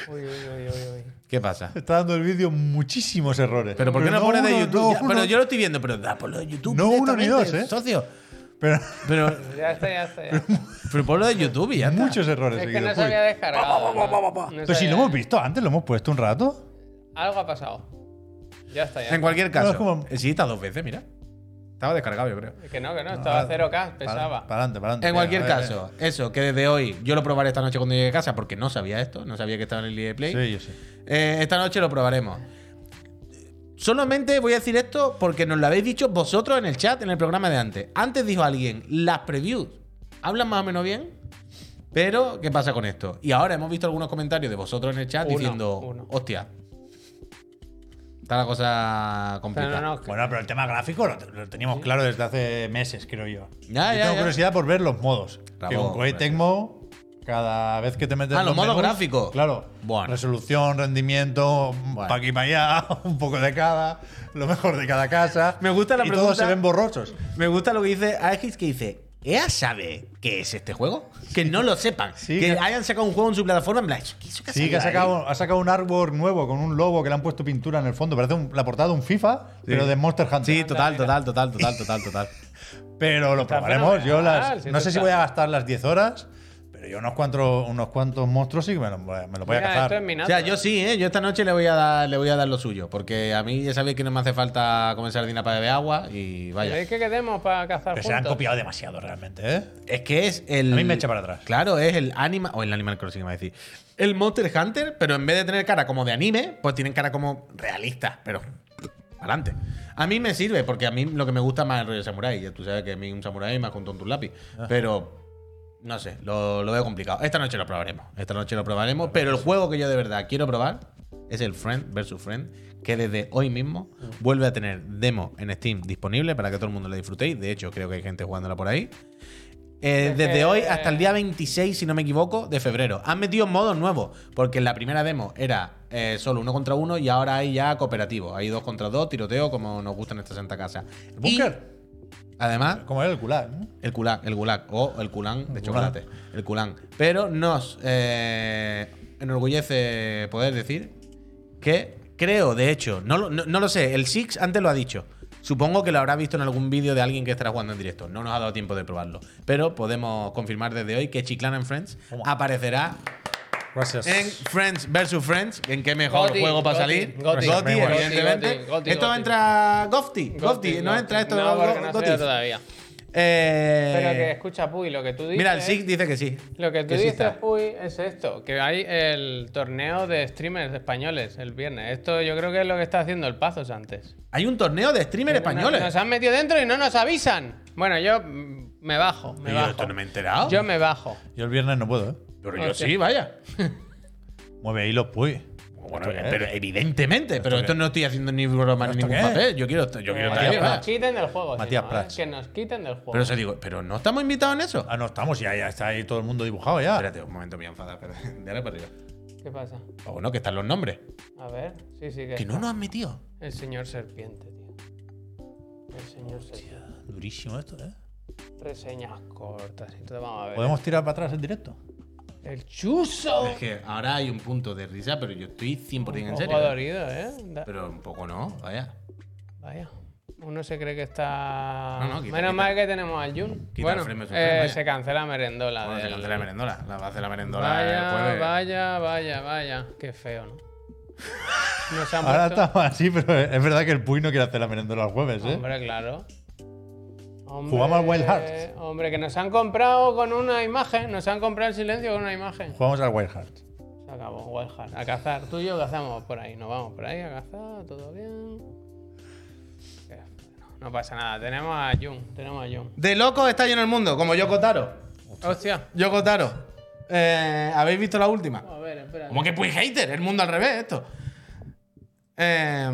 B: Uy, uy, uy, uy, uy.
A: ¿Qué pasa?
C: Está dando el vídeo muchísimos errores.
A: ¿Pero por qué no, pones de
C: uno,
A: YouTube?
C: no
A: Ya,
C: uno,
A: pero yo lo estoy viendo, pero da por lo de YouTube.
C: No uno ni
A: directamente,
C: dos, ¿eh?
A: Socio.
C: pero-
A: Pero,
B: Ya está, ya está. ya.
A: pero ponlo de YouTube y ya está.
C: muchos errores
B: Es que
C: seguidos.
B: no se
C: Uy.
B: había descargado. ¿no? No se
C: Pero si lo
B: había-
C: hemos visto antes, lo hemos puesto un rato.
B: Algo ha pasado. Ya está, ya.
A: En cualquier
C: No,
A: caso, Eh,
C: es como-
A: sí, está dos veces, mira. Estaba descargado, yo creo. eh,
B: Que no, que no, estaba 0K, pesaba.
C: Para adelante, para adelante.
A: En cualquier caso, eso, que desde hoy yo lo probaré esta noche cuando llegue a casa porque no sabía esto, no sabía que estaba en el EA Play.
C: Sí, yo sé.
A: Eh, esta noche lo probaremos. Solamente voy a decir esto porque nos lo habéis dicho vosotros en el chat, en el programa de antes. Antes dijo alguien, las previews hablan más o menos bien. Pero, ¿qué pasa con esto? Y ahora hemos visto algunos comentarios de vosotros en el chat
B: Uno,
A: diciendo,
B: uno.
A: hostia, está la cosa
B: Pero
A: complicada.
B: no, no,
C: Bueno, pero el tema gráfico lo, lo teníamos claro desde hace meses, creo yo.
A: Ya,
C: yo
A: ya,
C: tengo
A: ya.
C: curiosidad por ver los modos. que
A: Bravo,
C: con Koei
A: gracias.
C: Tecmo, cada vez que te metes
A: Ah,
C: en
A: los modos
C: menús,
A: gráficos.
C: Claro.
A: Bueno.
C: Resolución, rendimiento,
A: Bueno.
C: pa' aquí pa' allá, un poco de cada, lo mejor de cada casa.
A: Me gusta la
C: y
A: pregunta-
C: todos se ven borrosos.
A: Me gusta lo que dice Aegis que dice. EA sabe qué es este juego. Que no lo sepan.
C: Sí,
A: que
C: que-
A: hayan sacado un juego en su plataforma. En plan, "Eso, ¿qué- eso
C: Sí, que ha
A: salido ahí?".
C: sacado, ha sacado un artwork nuevo con un logo que le han puesto pintura en el fondo. Parece un- la portada de un FIFA, pero de Monster Hunter.
A: Sí, total, total, total, total, total, total.
C: Pero lo
B: Está
C: probaremos. Yo
B: fenomenal,
C: las,
B: si
C: no
B: eso
C: sé si
B: está-
C: voy a gastar las 10 horas, pero yo unos cuantos, unos cuantos monstruos sí que me los voy a- me los voy a
B: mira,
C: cazar.
B: esto es mi
A: O
B: nato.
A: sea, yo sí, ¿eh? Yo esta noche le voy a dar, le voy a dar lo suyo. Porque a mí ya sabéis que no me hace falta comer sardina para beber agua. Y vaya.
B: ¿Queréis que quedemos para cazar
C: Pero se han
B: juntos?
C: copiado demasiado realmente, ¿eh?
A: Es que es el.
C: A mí me echa para atrás.
A: Claro, es el Animal. O el Animal Crossing, iba a decir. El Monster Hunter, pero en vez de tener cara como de anime, pues tienen cara como realista, pero. Adelante. A mí me sirve, porque a mí lo que me gusta más es el rollo samurái. Ya Tú sabes que a mí un samurái me ha contado un lápiz.
C: Ah.
A: Pero. No sé, lo, lo veo complicado. Esta noche lo probaremos. Esta noche lo probaremos. Pero el juego que yo de verdad quiero probar es el Friend vs. Friend, que desde hoy mismo
C: Mm.
A: vuelve a tener demo en Steam disponible para que todo el mundo lo disfrutéis. De hecho, creo que hay gente jugándola por ahí. Eh,
B: Desde-
A: desde hoy hasta el día 26, si no me equivoco, de febrero. Han metido modos nuevos, porque en la primera demo era eh, solo uno contra uno y ahora hay ya cooperativo. Hay dos contra dos, tiroteo, como nos gusta en esta santa casa.
C: ¿El búnker?
A: Y, Además,
C: Como era el gulag, ¿no?
A: el culac, el gulag, o el culán de
C: El
A: chocolate. El culán. Pero nos eh, enorgullece poder decir que creo, de hecho, no lo, no- no lo sé, el Six antes lo ha dicho. Supongo que lo habrá visto en algún vídeo de alguien que estará jugando en directo. No nos ha dado tiempo de probarlo. Pero podemos confirmar desde hoy que Chiclana en Friends aparecerá
C: Gracias.
A: en Friends vs. Friends, en qué mejor
B: Goti,
A: juego para
B: Goti,
A: salir. Gotti,
B: Goti, Goti,
A: evidentemente.
B: Goti, Goti,
A: esto
B: Goti.
A: entra Gofti. Gofti, no entra esto
B: No, porque no
A: Goti.
B: se ve todavía.
A: Eh,
B: Pero que escucha, Puy, lo que tú dices.
A: Mira, el SIG dice que sí.
B: Lo que tú
A: Que sí
B: dices,
A: está.
B: Puy, es esto: que hay el torneo de streamers españoles el viernes. Esto yo creo que es lo que está haciendo el Pazos antes.
A: Hay un torneo de streamers españoles.
B: Nos, nos han metido dentro y no nos avisan. Bueno, yo mm, me bajo. Me
A: Y yo
B: bajo.
A: esto no me he enterado.
B: Yo me bajo.
C: Yo el viernes no puedo, ¿eh?
A: Pero yo
B: Hostia.
A: sí, vaya.
C: Mueve hilos, puy.
A: Bueno,
C: ¿Esto qué
A: pero
C: es?
A: evidentemente, pero
C: qué
A: esto
C: es?
A: no estoy haciendo ni broma ni
C: ¿Esto
A: ningún
C: qué es?
A: papel. Yo quiero, yo quiero estar
C: Matías
A: ahí,
B: que
A: vaya.
B: nos quiten del juego. si
C: Matías
B: no, ¿eh?
C: Prats.
B: Que nos quiten del juego.
A: Pero eso digo, pero no estamos invitados en eso.
C: Ah, no, estamos ya, ya está ahí todo el mundo dibujado ya.
A: Espérate, un momento, me voy a enfadar. espérate. De ahora para arriba.
B: ¿Qué pasa?
A: O no, Ah, que están los nombres.
B: A ver. Sí, sí, que.
A: Que no nos han metido.
B: El señor serpiente, tío. El señor serpiente.
C: Durísimo esto, ¿eh?
B: Reseñas cortas y todo. Vamos a ver.
C: ¿Podemos tirar para atrás en directo?
B: El chuzo.
A: Es que ahora hay un punto de risa, pero yo estoy 100% en
B: Un
A: serio.
B: poco dolido, ¿eh? Da-
A: Pero un poco no, vaya.
B: Vaya. Uno se cree que está.
A: No, no, quita,
B: Menos
A: quita.
B: mal que tenemos al Jun.
A: Quita
B: bueno,
A: el frame, es un
B: eh,
A: frame, vaya.
B: se cancela merendola.
A: Bueno, se
B: del-
A: cancela eh, la merendola. La va a hacer la merendola pues, el
B: Vaya,
A: jueves.
B: vaya, vaya, vaya. Qué feo, ¿no? Nos han
C: Ahora
B: puesto-
C: estamos así, pero es verdad que el puy no quiere hacer la merendola los jueves, ¿eh?
B: Hombre, claro. Hombre,
C: Jugamos al Wild Hearts.
B: Hombre, que nos han comprado con una imagen. Nos han comprado el silencio con una imagen.
C: Jugamos al Wild Heart.
B: Se acabó, Wild Hearts. A cazar. Tú y yo cazamos por ahí. Nos vamos por ahí a cazar. Todo bien. No, No pasa nada. Tenemos a Jun. Tenemos a Jun.
A: De locos está lleno el mundo, como yo Taro.
B: Hostia.
A: Yoko Taro. eh, ¿Habéis visto la última?
B: A ver, espera.
A: Como que pues hater, el mundo al revés, esto. Eh,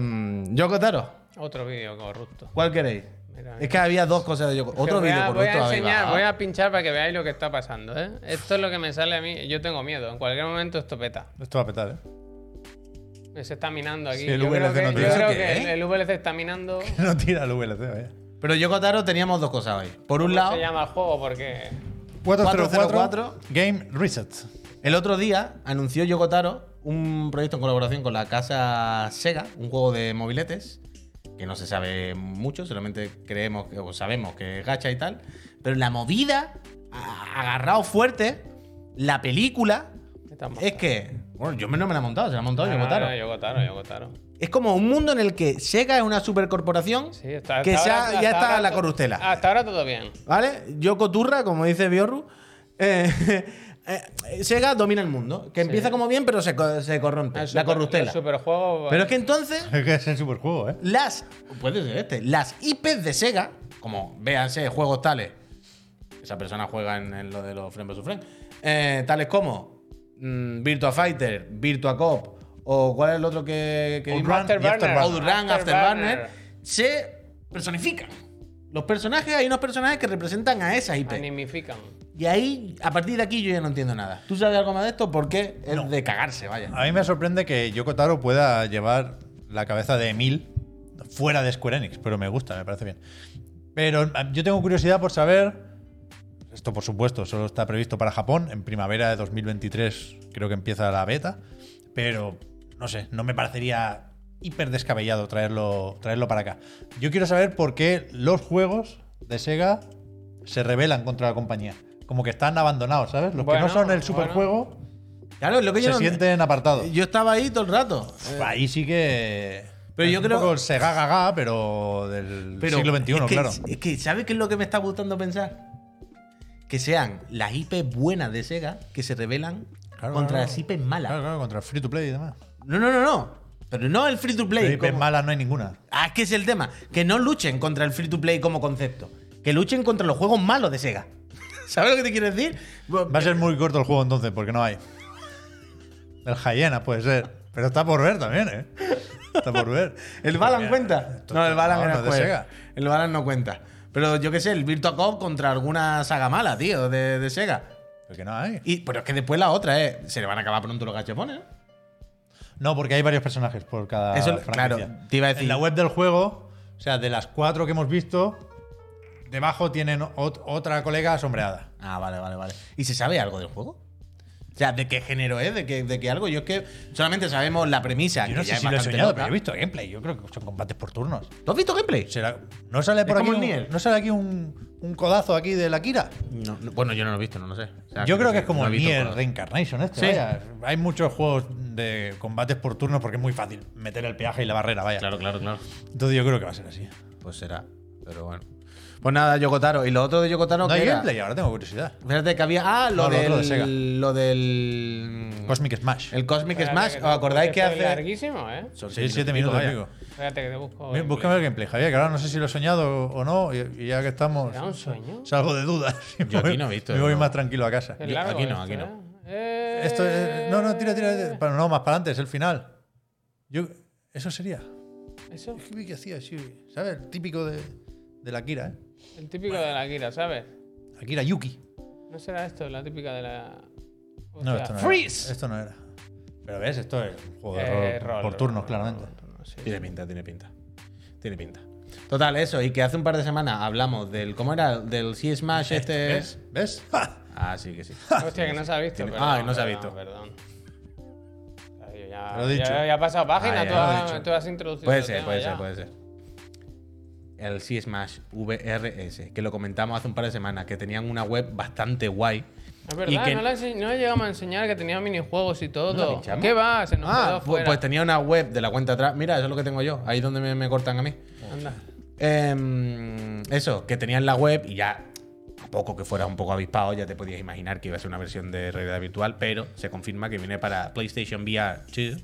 A: Yoko Taro,
B: Otro vídeo corrupto.
A: ¿cuál queréis?
B: Mira,
A: Es que había dos cosas de Yoko. Otro
B: voy a-
A: vídeo por
B: voy a
A: esto habéis
B: enseñar,
A: bajado.
B: voy a pinchar para que veáis lo que está pasando, ¿eh? Esto es lo que me sale a mí. Yo tengo miedo. En cualquier momento esto peta.
C: Esto va a petar, ¿eh?
B: Se está minando aquí.
C: Sí, el
B: yo creo
C: VLC
B: que,
C: no
B: yo
C: tiene-
B: creo
A: ¿Eso qué,
B: que
A: eh?
B: el VLC está minando.
C: No tira el VLC, vaya.
A: Pero Yoko Taro teníamos dos cosas hoy. Por un
B: ¿Cómo
A: lado,
B: se llama el juego? Porque.
C: 404
A: 404.
C: Game Reset.
A: el otro día anunció Yoko Taro un proyecto en colaboración con la casa Sega, un juego de mobiletes. que no se sabe mucho, solamente creemos que- o sabemos que es gacha y tal. Pero la movida, a- agarrado fuerte, la película,
B: Está mal.
A: es que. Bueno, yo me- no me la he montado, se la ha montado
B: No,
A: yo
B: no,
A: Taro.
B: no, Yoko Taro, Yoko Taro.
A: Es como un mundo en el que Sega es una supercorporación
B: Sí, está-
A: que
B: hasta
A: se ha-
B: ahora-
A: ya
B: hasta
A: está
B: ahora
A: la
B: to-
A: corruptela.
B: Hasta ahora todo bien.
A: ¿Vale? Yo coturra, como dice Biorru. eh, eh, Sega domina el mundo. Que empieza como bien, pero se, co- se corrompe. la
B: El Ah, super-
A: corruptela.
B: el superjuego.
A: Pero es que entonces
C: Es que es el superjuego, ¿eh?
A: las puede ser este las IPs de Sega como véanse juegos tales esa persona juega en, en lo de los Friend vs. Friend. Eh, tales como mm, Virtua Fighter, Virtua Cop o cuál es el otro que. que vimos?
B: Afterburner.
A: Outrun,
B: Afterburner.
C: eh.
A: Afterburner. Se personifican. Los personajes, hay unos personajes que representan a esas IP.
B: Animifican.
A: Y ahí, a partir de aquí, yo ya no entiendo nada. ¿Tú sabes algo más de esto? Porque es de cagarse, vaya.
C: A mí me sorprende que Yoko Taro pueda llevar la cabeza de Emil fuera de Square Enix, pero me gusta, me parece bien. Pero eh, yo tengo curiosidad por saber. Esto, por supuesto, solo está previsto para Japón. En primavera de 2023 creo que empieza la beta. Pero no sé, no me parecería hiper descabellado traerlo, traerlo para acá. Yo quiero saber por qué los juegos de Sega se rebelan contra la compañía. Como que están abandonados, ¿sabes? Los que
B: Bueno,
C: no son el
B: bueno.
C: superjuego
A: Claro, es lo que yo
C: se
A: no-
C: sienten apartados.
A: Yo estaba ahí todo el rato.
C: Pf, Ahí sí que.
A: Pero
C: es
A: yo
C: un
A: creo-
C: poco el Sega Gaga, pero del
A: Pero
C: siglo XXI,
A: es que-
C: claro.
A: Es que, ¿sabes qué es lo que me está gustando pensar? Que sean las IP buenas de Sega que se rebelan
C: Claro,
A: contra
C: claro.
A: las IP malas.
C: Claro, claro, contra el free to play y demás.
A: No, no, no, no. Pero no el free to play.
C: Pero IP
A: como-
C: mala no hay ninguna.
A: Ah, es que es el tema. Que no luchen contra el free to play como concepto. Que luchen contra los juegos malos de Sega. ¿Sabes lo que te quiero decir?
C: Va a ser muy corto el juego entonces, porque no hay. El Hyena puede ser. Pero está por ver también, ¿eh? Está por ver.
A: ¿El Balan
C: Mira,
A: cuenta?
C: esto-
A: No, el Balan
C: eh, no,
A: era
C: no es de
A: juego.
C: Sega.
A: El Balan no cuenta. Pero yo qué sé, el Virtua Cop contra alguna saga mala, tío, de, de Sega.
C: Porque no hay.
A: Y, pero es que después la otra es. Se le van a acabar pronto los gachapones. ¿no?
C: No, porque hay varios personajes por cada
A: Eso,
C: franquicia.
A: claro, te iba a decir.
C: En la web del juego, o sea, de las cuatro que hemos visto, debajo tienen ot- otra colega sombreada.
A: Ah, vale, vale, vale. ¿Y se sabe algo del juego? O sea, ¿de qué género es? ¿De qué, de qué algo? Yo es que solamente sabemos la premisa.
C: Yo no
A: que ya
C: sé
A: es
C: si lo he
A: bastante
C: soñado,
A: loca.
C: pero he visto gameplay. Yo creo que son combates por turnos.
A: ¿Tú has visto gameplay?
C: ¿Será- ¿No sale por aquí,
A: como el
C: un,
A: Nier.
C: ¿no sale aquí un, un codazo aquí de la Kira?
A: No, no, bueno, yo no lo he visto, no lo sé. O sea,
C: Yo creo que es como
A: no he
C: el
A: visto
C: Nier
A: por-
C: Reincarnation. Este,
A: Sí.
C: vaya. Hay muchos juegos de combates por turnos porque es muy fácil meter el peaje y la barrera, vaya.
A: Claro, claro, claro.
C: Entonces yo creo que va a ser así.
A: Pues será. Pero bueno. Pues nada, Yokotaro. ¿Y lo otro de Yokotaro
C: No hay
A: qué era?
C: gameplay, ahora tengo curiosidad.
A: Fíjate que había. Ah, lo
C: No, lo
A: del.
C: otro de Sega.
A: Lo del.
C: Cosmic Smash.
A: Mm. El Cosmic
B: Espérate,
A: Smash.
B: te
A: ¿Os acordáis
B: busco,
A: que
B: esto es
A: hace.?
B: larguísimo, ¿eh?
A: Son
C: Sí,
A: seis
C: siete minutos,
A: vaya.
C: amigo.
B: Espérate que te busco.
C: Mira, Búscame el gameplay, Javier, que ahora no sé si lo he soñado o no, y, y ya que estamos.
B: ¿Era un sueño?
C: Salgo de dudas.
A: Yo aquí no he visto
C: Me
A: eso,
C: voy
A: no.
C: más tranquilo a casa.
B: Es largo
A: aquí no,
B: esto,
A: aquí no.
B: este, ¿eh?
C: Esto es. No, no, tira, tira.
B: Eh,
C: tira. Para- no, más para adelante, es el final. Yo. Eso sería.
B: Eso,
C: Es que vi que hacía así, ¿Sabes? El típico de, de la Akira, ¿eh?
B: el típico de la Kira, ¿sabes?
C: Akira Yuki.
B: ¿No será esto la típica de la.
C: No,
B: Hostia,
C: esto no
B: ¡Freeze!
C: era. Esto no era. Pero ves, esto es un juego de
B: Eh,
C: rol
B: rol,
C: por
B: rol,
C: turnos,
B: rol,
C: claramente.
B: rol, sí.
A: Tiene pinta, tiene pinta. Tiene pinta. Total, eso. Y que hace un par de semanas hablamos del. ¿Cómo era? Del si Smash este.
C: ¿Ves? ¿Ves? ¡Ja!
A: Ah, sí que sí.
B: Hostia, que no se ha visto.
A: Tiene-
B: perdón,
A: Ah, no se ha
B: perdón,
A: visto.
B: Perdón. Ay, yo Ya,
C: Te lo he dicho.
B: ya, ya ha pasado página,
A: Ah, ya,
B: tú,
A: ya
C: lo he
B: has,
C: dicho.
B: tú has introducido.
A: Puede
B: el
A: ser,
B: tema
A: puede
B: ya.
A: ser, puede ser. El si Smash VRS, que lo comentamos hace un par de semanas, que tenían una web bastante guay.
B: Es
A: Y
B: verdad,
A: que-
B: no, la ense- no llegamos a enseñar que tenía minijuegos y
A: ¿No la
B: todo.
A: pinchamos?
B: ¿Qué va? Se nos
A: Ah,
B: quedó
A: pues,
B: fuera.
A: pues tenía una web de la cuenta atrás. Mira, eso es lo que tengo yo. Ahí es donde me, me cortan a mí.
B: Anda.
A: Em, eso, que tenían la web y ya, a poco que fuera un poco avispado, ya te podías imaginar que iba a ser una versión de realidad virtual, pero se confirma que viene para PlayStation VR 2.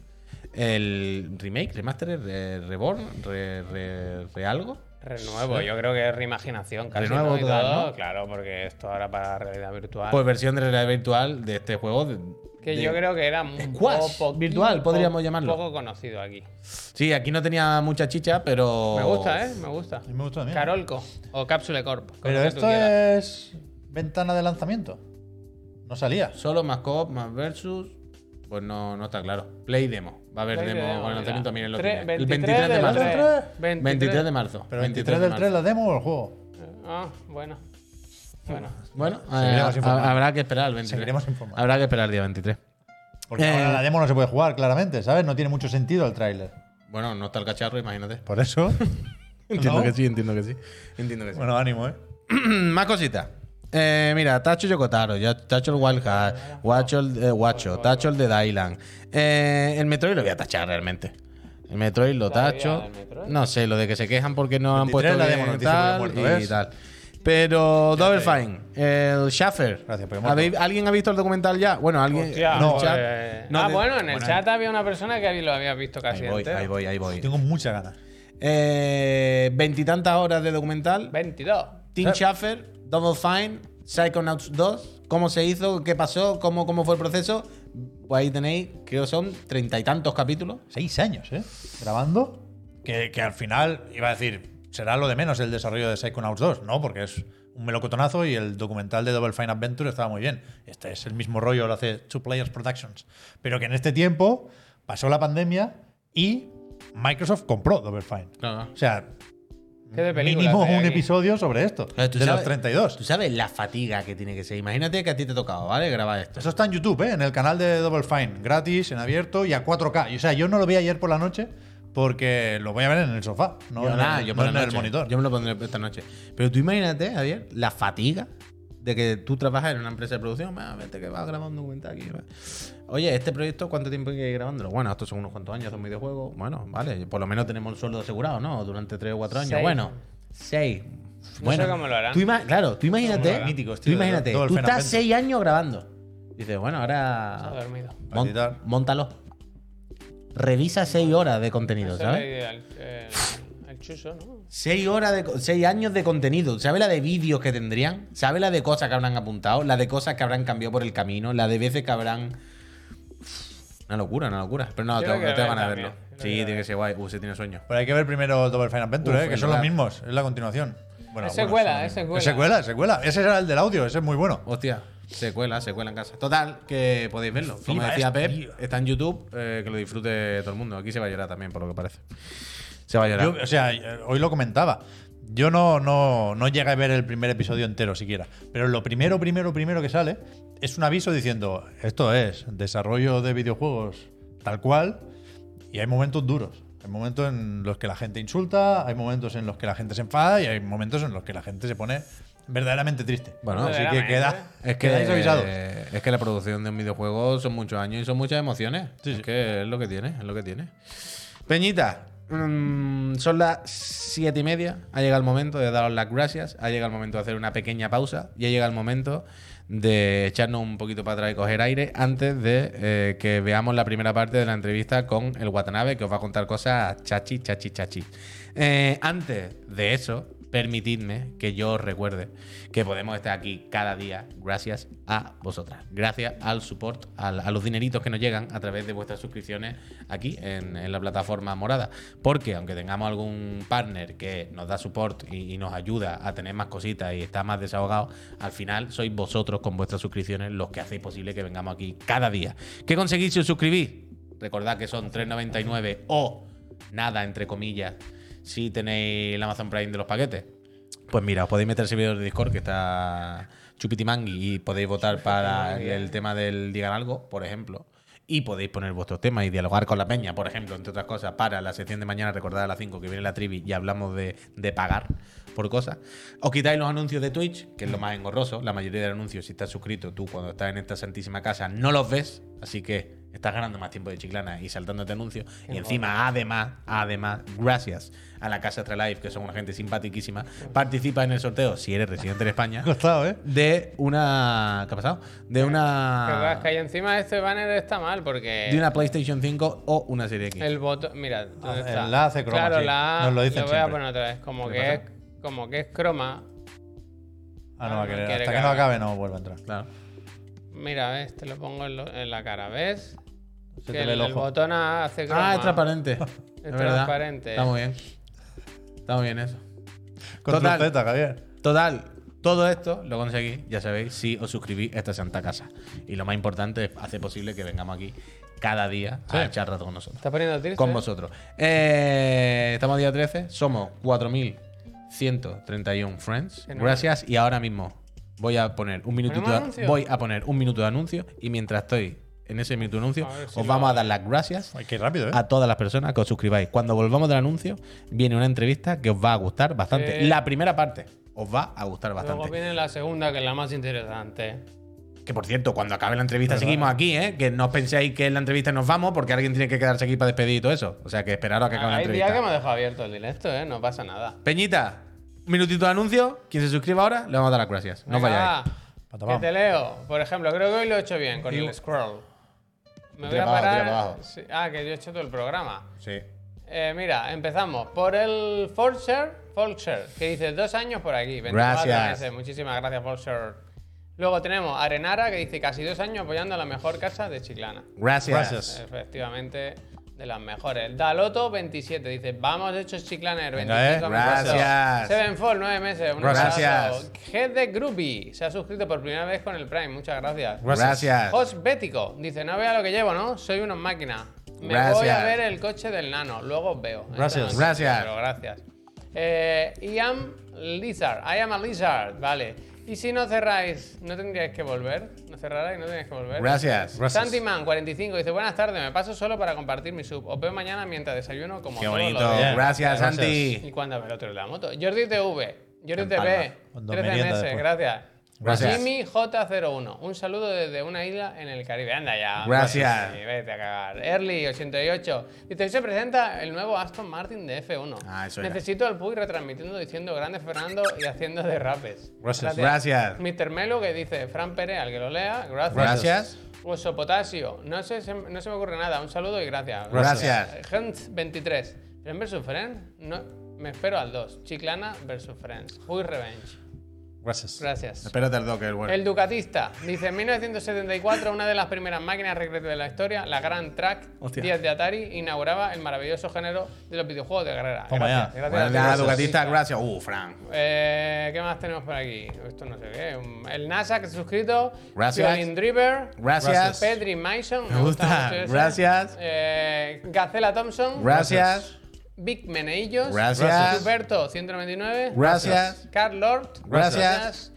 A: El remake, remaster, re- reborn, re, re- re algo.
B: Renuevo, yo creo que es reimaginación. Casi,
A: Renuevo
B: ¿no? Y
A: total,
B: todo,
A: ¿no?
B: Claro, porque esto ahora para realidad virtual.
A: Pues versión de realidad virtual de este juego. de-
B: que
A: de-
B: yo creo que era un
A: Squash
B: poco,
A: virtual,
B: un
A: podríamos
B: po-
A: llamarlo.
B: poco conocido aquí.
A: Sí, aquí no tenía mucha chicha, pero.
B: Me gusta, ¿eh? Me gusta.
C: Y me gustó también.
B: Carolco o Cápsule Corp. como
C: Pero
B: que tú
C: esto
B: quieras.
C: es. Ventana de lanzamiento. No salía.
A: Solo más co-op, más versus. Pues no, no está claro. Play demo. Va a haber
B: Play
A: demo,
B: demo,
A: con el lanzamiento,
B: mira.
A: miren lo
B: Tre-
A: tiene. El
B: 23
A: 23 de
B: del
A: marzo.
B: 23.
A: 23 de marzo.
C: Pero 23 del 3,
A: marzo.
C: la demo o el juego.
B: Ah, bueno. Bueno.
A: Bueno,
C: Seguiremos
A: eh,
C: informando.
A: ha- habrá que esperar el 23.
C: Seguiremos informando.
A: Habrá que esperar el día 23.
C: Porque
A: Eh.
C: ahora la demo no se puede jugar, claramente, ¿sabes? No tiene mucho sentido el tráiler.
A: Bueno, no está el cacharro, imagínate.
C: Por eso.
A: Entiendo
C: ¿No?
A: que sí, entiendo que sí. Entiendo que sí.
C: Bueno, ánimo, ¿eh?
A: Más cositas. Eh, mira, Tacho Yokotaro, ya- Tacho el Wild Heart, Guacho el eh, Guacho, Tacho el de Dylan. Eh, el Metroid lo voy a tachar realmente. El Metroid lo
B: Todavía
A: tacho.
B: el Metroid.
A: No sé, lo de que se quejan porque no han
C: 23
A: puesto
C: la
A: bien
C: demo nos dice
A: tal
C: porque
A: y
C: muerto, ¿ves?
A: tal. Pero Double
C: te
A: Fine, el Schaffer.
C: Gracias, porque muerto.
A: ¿Habéis- ¿Alguien ha visto el documental ya? Bueno, alguien.
B: Hostia,
A: en
C: no,
A: el chat.
B: eh,
A: No,
B: ah,
A: de-
B: bueno, en el
A: bueno,
B: chat había una persona que lo había visto casi
A: Ahí voy,
B: entero.
A: ahí voy, ahí voy.
C: Tengo muchas ganas.
A: Eh, Veintitantas horas de documental.
B: 22.
A: Tim Schafer, Double Fine, Psychonauts 2, cómo se hizo, qué pasó, cómo, cómo fue el proceso. Pues ahí tenéis, creo son treinta y tantos capítulos.
C: Seis años, ¿eh? Grabando. Que, que al final, iba a decir, será lo de menos el desarrollo de Psychonauts 2, ¿no? Porque es un melocotonazo y el documental de Double Fine Adventure estaba muy bien. Este es el mismo rollo, lo hace Two Players Productions. Pero que en este tiempo pasó la pandemia y Microsoft compró Double Fine. O sea,
B: ¿Qué de películas
C: mínimo
B: hay
C: un
B: aquí?
C: episodio sobre esto.
A: Claro, tú
C: de
A: sabes-
C: los 32.
A: Tú sabes la fatiga que tiene que ser. Imagínate que a ti te ha tocado, ¿vale? Grabar esto.
C: Eso está en YouTube, ¿eh? en el canal de Double Fine, gratis, en abierto y a 4K. Y, o sea, yo no lo vi ayer por la noche porque lo voy a ver en el sofá, no,
A: yo
C: en,
A: nada,
C: el-
A: yo
C: no
A: por la
C: en el
A: noche.
C: monitor.
A: Yo me lo pondré esta noche. Pero tú imagínate, Javier, la fatiga de que tú trabajas en una empresa de producción. Va, vete que vas grabando cuenta aquí. va. Oye, ¿este proyecto cuánto tiempo hay que ir grabándolo? Bueno, estos son unos cuantos años, son videojuegos. Bueno, vale, por lo menos tenemos el sueldo asegurado, ¿no? Durante 3 o 4 años.
B: Seis.
A: Bueno, 6.
B: sé
A: Bueno,
B: cómo lo harán.
A: tú ima- claro, tú imagínate,
C: harán? Míticos,
A: tú
C: tío,
A: imagínate,
C: todo el
A: tú estás
C: fenómeno.
A: 6 años grabando. Dices, bueno,
B: Está
A: ahora
B: dormido.
C: Para
A: mon-
C: editar.
A: móntalo. Revisa 6 horas de contenido,
B: Esa es la
A: ¿sabes?
B: idea, el- el- el chuso, ¿no?
A: Seis horas de co- seis años de contenido. ¿Sabe la de vídeos que tendrían? ¿Sabe la de cosas que habrán apuntado? ¿La de cosas que habrán cambiado por el camino? ¿La de veces que habrán. Una locura, una locura. Pero no,
B: Yo
A: tengo,
B: lo quiero
A: tengo
B: ver
A: ganas de
B: también.
A: verlo.
B: Yo lo
A: Sí,
B: quiero
A: tiene
B: ver.
A: que ser guay. Uh, se tiene sueño.
C: Pero hay que ver primero Double Fine Adventure,
A: Uf,
C: ¿eh? que
A: es
C: son los
A: verdad.
C: mismos, es la continuación. Bueno,
B: Es
C: algunos
B: secuela,
C: son los
B: es secuela.
C: mismos. Es secuela, es secuela. Ese era el del audio, ese es muy bueno.
A: Hostia, secuela, secuela en casa. Total, que podéis verlo. Como
C: Flipa
A: decía
C: esto,
A: Pep,
C: tío.
A: está en YouTube. eh, que lo disfrute todo el mundo. Aquí se va a llorar también, por lo que parece. Se va a llorar.
C: Yo, o sea, eh, hoy lo comentaba. Yo no, no, no llegué a ver el primer episodio entero siquiera. Pero lo primero, primero, primero que sale es un aviso diciendo: esto es desarrollo de videojuegos tal cual. Y hay momentos duros. Hay momentos en los que la gente insulta, hay momentos en los que la gente se enfada y hay momentos en los que la gente se pone verdaderamente triste.
A: Bueno,
C: así que
B: verdaderamente.
C: queda,
A: Es que,
C: quedáis avisados.
A: es que la producción de un videojuego son muchos años y son muchas emociones.
C: Sí,
A: es
C: sí.
A: que es lo que tiene, es lo que tiene. Peñita, mm, son las siete y media. Ha llegado el momento de daros las gracias. Ha llegado el momento de hacer una pequeña pausa. Y ha llegado el momento de echarnos un poquito para atrás y coger aire antes de eh, que veamos la primera parte de la entrevista con el Watanabe, que os va a contar cosas chachi, chachi, chachi. Eh, antes de eso, permitidme que yo os recuerde que podemos estar aquí cada día gracias a vosotras, gracias al support, al- a los dineritos que nos llegan a través de vuestras suscripciones aquí en, en la plataforma morada. Porque aunque tengamos algún partner que nos da support y, y nos ayuda a tener más cositas y está más desahogado, al final sois vosotros con vuestras suscripciones los que hacéis posible que vengamos aquí cada día. ¿Qué conseguís si os suscribís? Recordad que son 3,99 o nada, entre comillas, si tenéis el Amazon Prime de los paquetes. Pues mira, os podéis meter el servidor de Discord que está Chupitimangui y podéis votar para el, el tema del Digan Algo, por ejemplo. Y podéis poner vuestros temas y dialogar con la peña, por ejemplo, entre otras cosas, para la sección de mañana, recordad a las 5 que viene la trivi y hablamos de, de pagar por cosas. Os quitáis los anuncios de Twitch, que es lo más engorroso. La mayoría de los anuncios, si estás suscrito, tú cuando estás en esta santísima casa no los ves. Así que estás ganando más tiempo de chiclana y saltándote anuncios. Y encima, además, además, gracias a la Casa Astralife, que son una gente simpaticísima, participa en el sorteo, si eres residente en España,
C: Costado, ¿eh?
A: de una... ¿Qué ha pasado? De
B: Pero claro,
A: una...
B: es que ahí encima este banner está mal porque
A: Ah. De una PlayStation 5 o una serie X.
B: el botón. Mira, ¿dónde
C: Ah,
B: está?
C: la hace croma,
B: Claro,
C: sí.
B: la
C: Nos lo dicen
B: voy a
C: siempre.
B: poner otra vez. Como
C: ¿Qué
B: que,
C: le
B: es, como que es croma.
C: Ah, no va a
B: No
C: querer.
B: quiere
C: Hasta
B: que
C: que no
B: haga.
C: acabe, no vuelve a entrar.
A: Claro.
B: Mira, ves, te lo pongo en, lo- en la cara, ¿ves?
C: Se
B: Que
C: te
B: el,
C: ve el
B: el
C: ojo.
B: botón A hace croma.
A: Ah, es transparente.
B: Es
A: Es verdad.
B: transparente.
A: Está muy bien. Está muy bien eso.
C: Control
A: Total.
C: Z, Javier.
A: Total, todo esto lo conseguís, ya sabéis, si os suscribís a esta Santa Casa. Y lo más importante es hacer posible que vengamos aquí cada día a echar rato con nosotros.
B: Estás poniendo triste.
A: Con vosotros. Eh, estamos día 13, somos 4.131 friends.
B: Enorme.
A: Gracias. Y ahora mismo voy a poner un minutito
B: ¿Ponemos
A: de,
B: anuncio?
A: voy a poner un minuto de anuncio. Y mientras estoy en ese minuto de anuncio,
B: A ver si
A: os
B: lo-
A: vamos a dar las gracias
C: Ay, qué rápido, ¿eh?
A: a todas las personas que os suscribáis. Cuando volvamos del anuncio, viene una entrevista que os va a gustar bastante.
B: Sí.
A: La primera parte os va a gustar
B: Eh. Luego
A: bastante.
B: viene la segunda, que es la más interesante.
A: Que por cierto, cuando acabe la entrevista seguimos aquí, ¿eh? Que no os penséis que en la entrevista nos vamos porque alguien tiene que quedarse aquí para despedir y todo eso. O sea que esperaros a que acabe la
B: Hay días
A: entrevista.
B: que me dejo abierto el directo, ¿eh? No pasa nada.
A: Peñita, un minutito de anuncio. Quien se suscriba ahora, le vamos a dar las gracias. No os
B: Venga,
A: vayáis.
B: va.
C: Pata, vamos.
B: Que te leo. Por ejemplo, creo que hoy lo he hecho bien con
A: Y-
B: el scroll. Me voy
A: Tira
B: a
A: para abajo,
B: parar.
A: tira para abajo.
B: Sí, Ah, que yo he hecho todo el programa.
A: Sí.
B: Eh, mira, empezamos por el Forger, Forger, que dice dos años por aquí. 24
A: Gracias.
B: meses. Muchísimas gracias, Forger. Luego tenemos Arenara, que dice casi dos años apoyando a la mejor casa de Chiclana.
A: Gracias.
C: Gracias.
B: Efectivamente, de las mejores. Daloto 27 dice, vamos hechos chiclaner, 25
C: Venga, eh.
B: amigazos".
A: Gracias.
B: Sevenfold, 9 meses, un
A: Gracias.
B: abrazo. GD Groupie se ha suscrito por primera vez con el Prime, muchas gracias.
A: Gracias.
B: Osbético dice, no vea lo que llevo, ¿no? Soy unos máquinas. Me voy
A: Gracias.
B: a ver el coche del nano, luego os veo.
C: Gracias.
B: Esta noche,
A: Gracias.
B: Pero gracias. Eh, I am Lizard, I am a Lizard, vale. Y si no cerráis, ¿no tendríais que volver? ¿No cerrarais? ¿No tendríais que volver?
A: Gracias.
C: Gracias.
B: Santiman45 dice: Buenas tardes, me paso solo para compartir mi sub. Os veo mañana mientras desayuno como
A: Qué
B: todos
A: bonito.
B: los días".
C: Bien.
A: Gracias,
C: Gracias.
A: Santi.
B: Y cuando me lo otro de la moto. Jordi TV, Jordi
C: En Palma,
B: TV,
C: cuando
B: 13
C: merienda
B: meses,
C: después.
B: gracias.
A: Gracias.
B: Jimmy J01, un saludo desde una isla en el Caribe. Anda ya.
A: Gracias.
B: hombre, sí, vete a cagar. Early88 dice: "Hoy Se presenta el nuevo Aston Martin de F1.
A: Ah, eso era.
B: Necesito al Puy retransmitiendo diciendo grande Fernando y haciendo derrapes.
C: Gracias.
A: Gracias.
B: Mr. Melo que dice: Fran Pérez, al que lo lea, gracias.
A: Gracias.
B: Oso Potasio, no se, se- no se me ocurre nada. Un saludo y gracias.
A: Gracias.
B: Hunt23, Friends vs. Friends, no, me espero al 2. Chiclana vs. Friends, Who Revenge.
C: Gracias.
B: Gracias.
A: Espérate el docker, bueno.
B: El Ducatista dice: en 1974, una de las primeras máquinas recreativas de la historia, la Grand Track
D: Hostia.
B: 10 de Atari, inauguraba el maravilloso género de los videojuegos de carrera.
C: Toma ya.
B: gracias,
A: Bueno,
B: gracias,
A: nada,
B: gracias.
A: Ducatista, gracias. Uh, Fran.
B: Eh, ¿Qué más tenemos por aquí? Esto no sé qué. Un- El NASA que se ha suscrito.
A: Gracias.
B: Violin Driver.
A: Gracias.
B: Pedri Mason.
A: Me gusta.
B: mucho ese.
A: Gracias.
B: Eh, Gacela Thompson.
A: Gracias.
B: Big Meneillos.
A: Gracias.
B: Superto 199.
A: Gracias.
B: Carl Lord.
A: Gracias.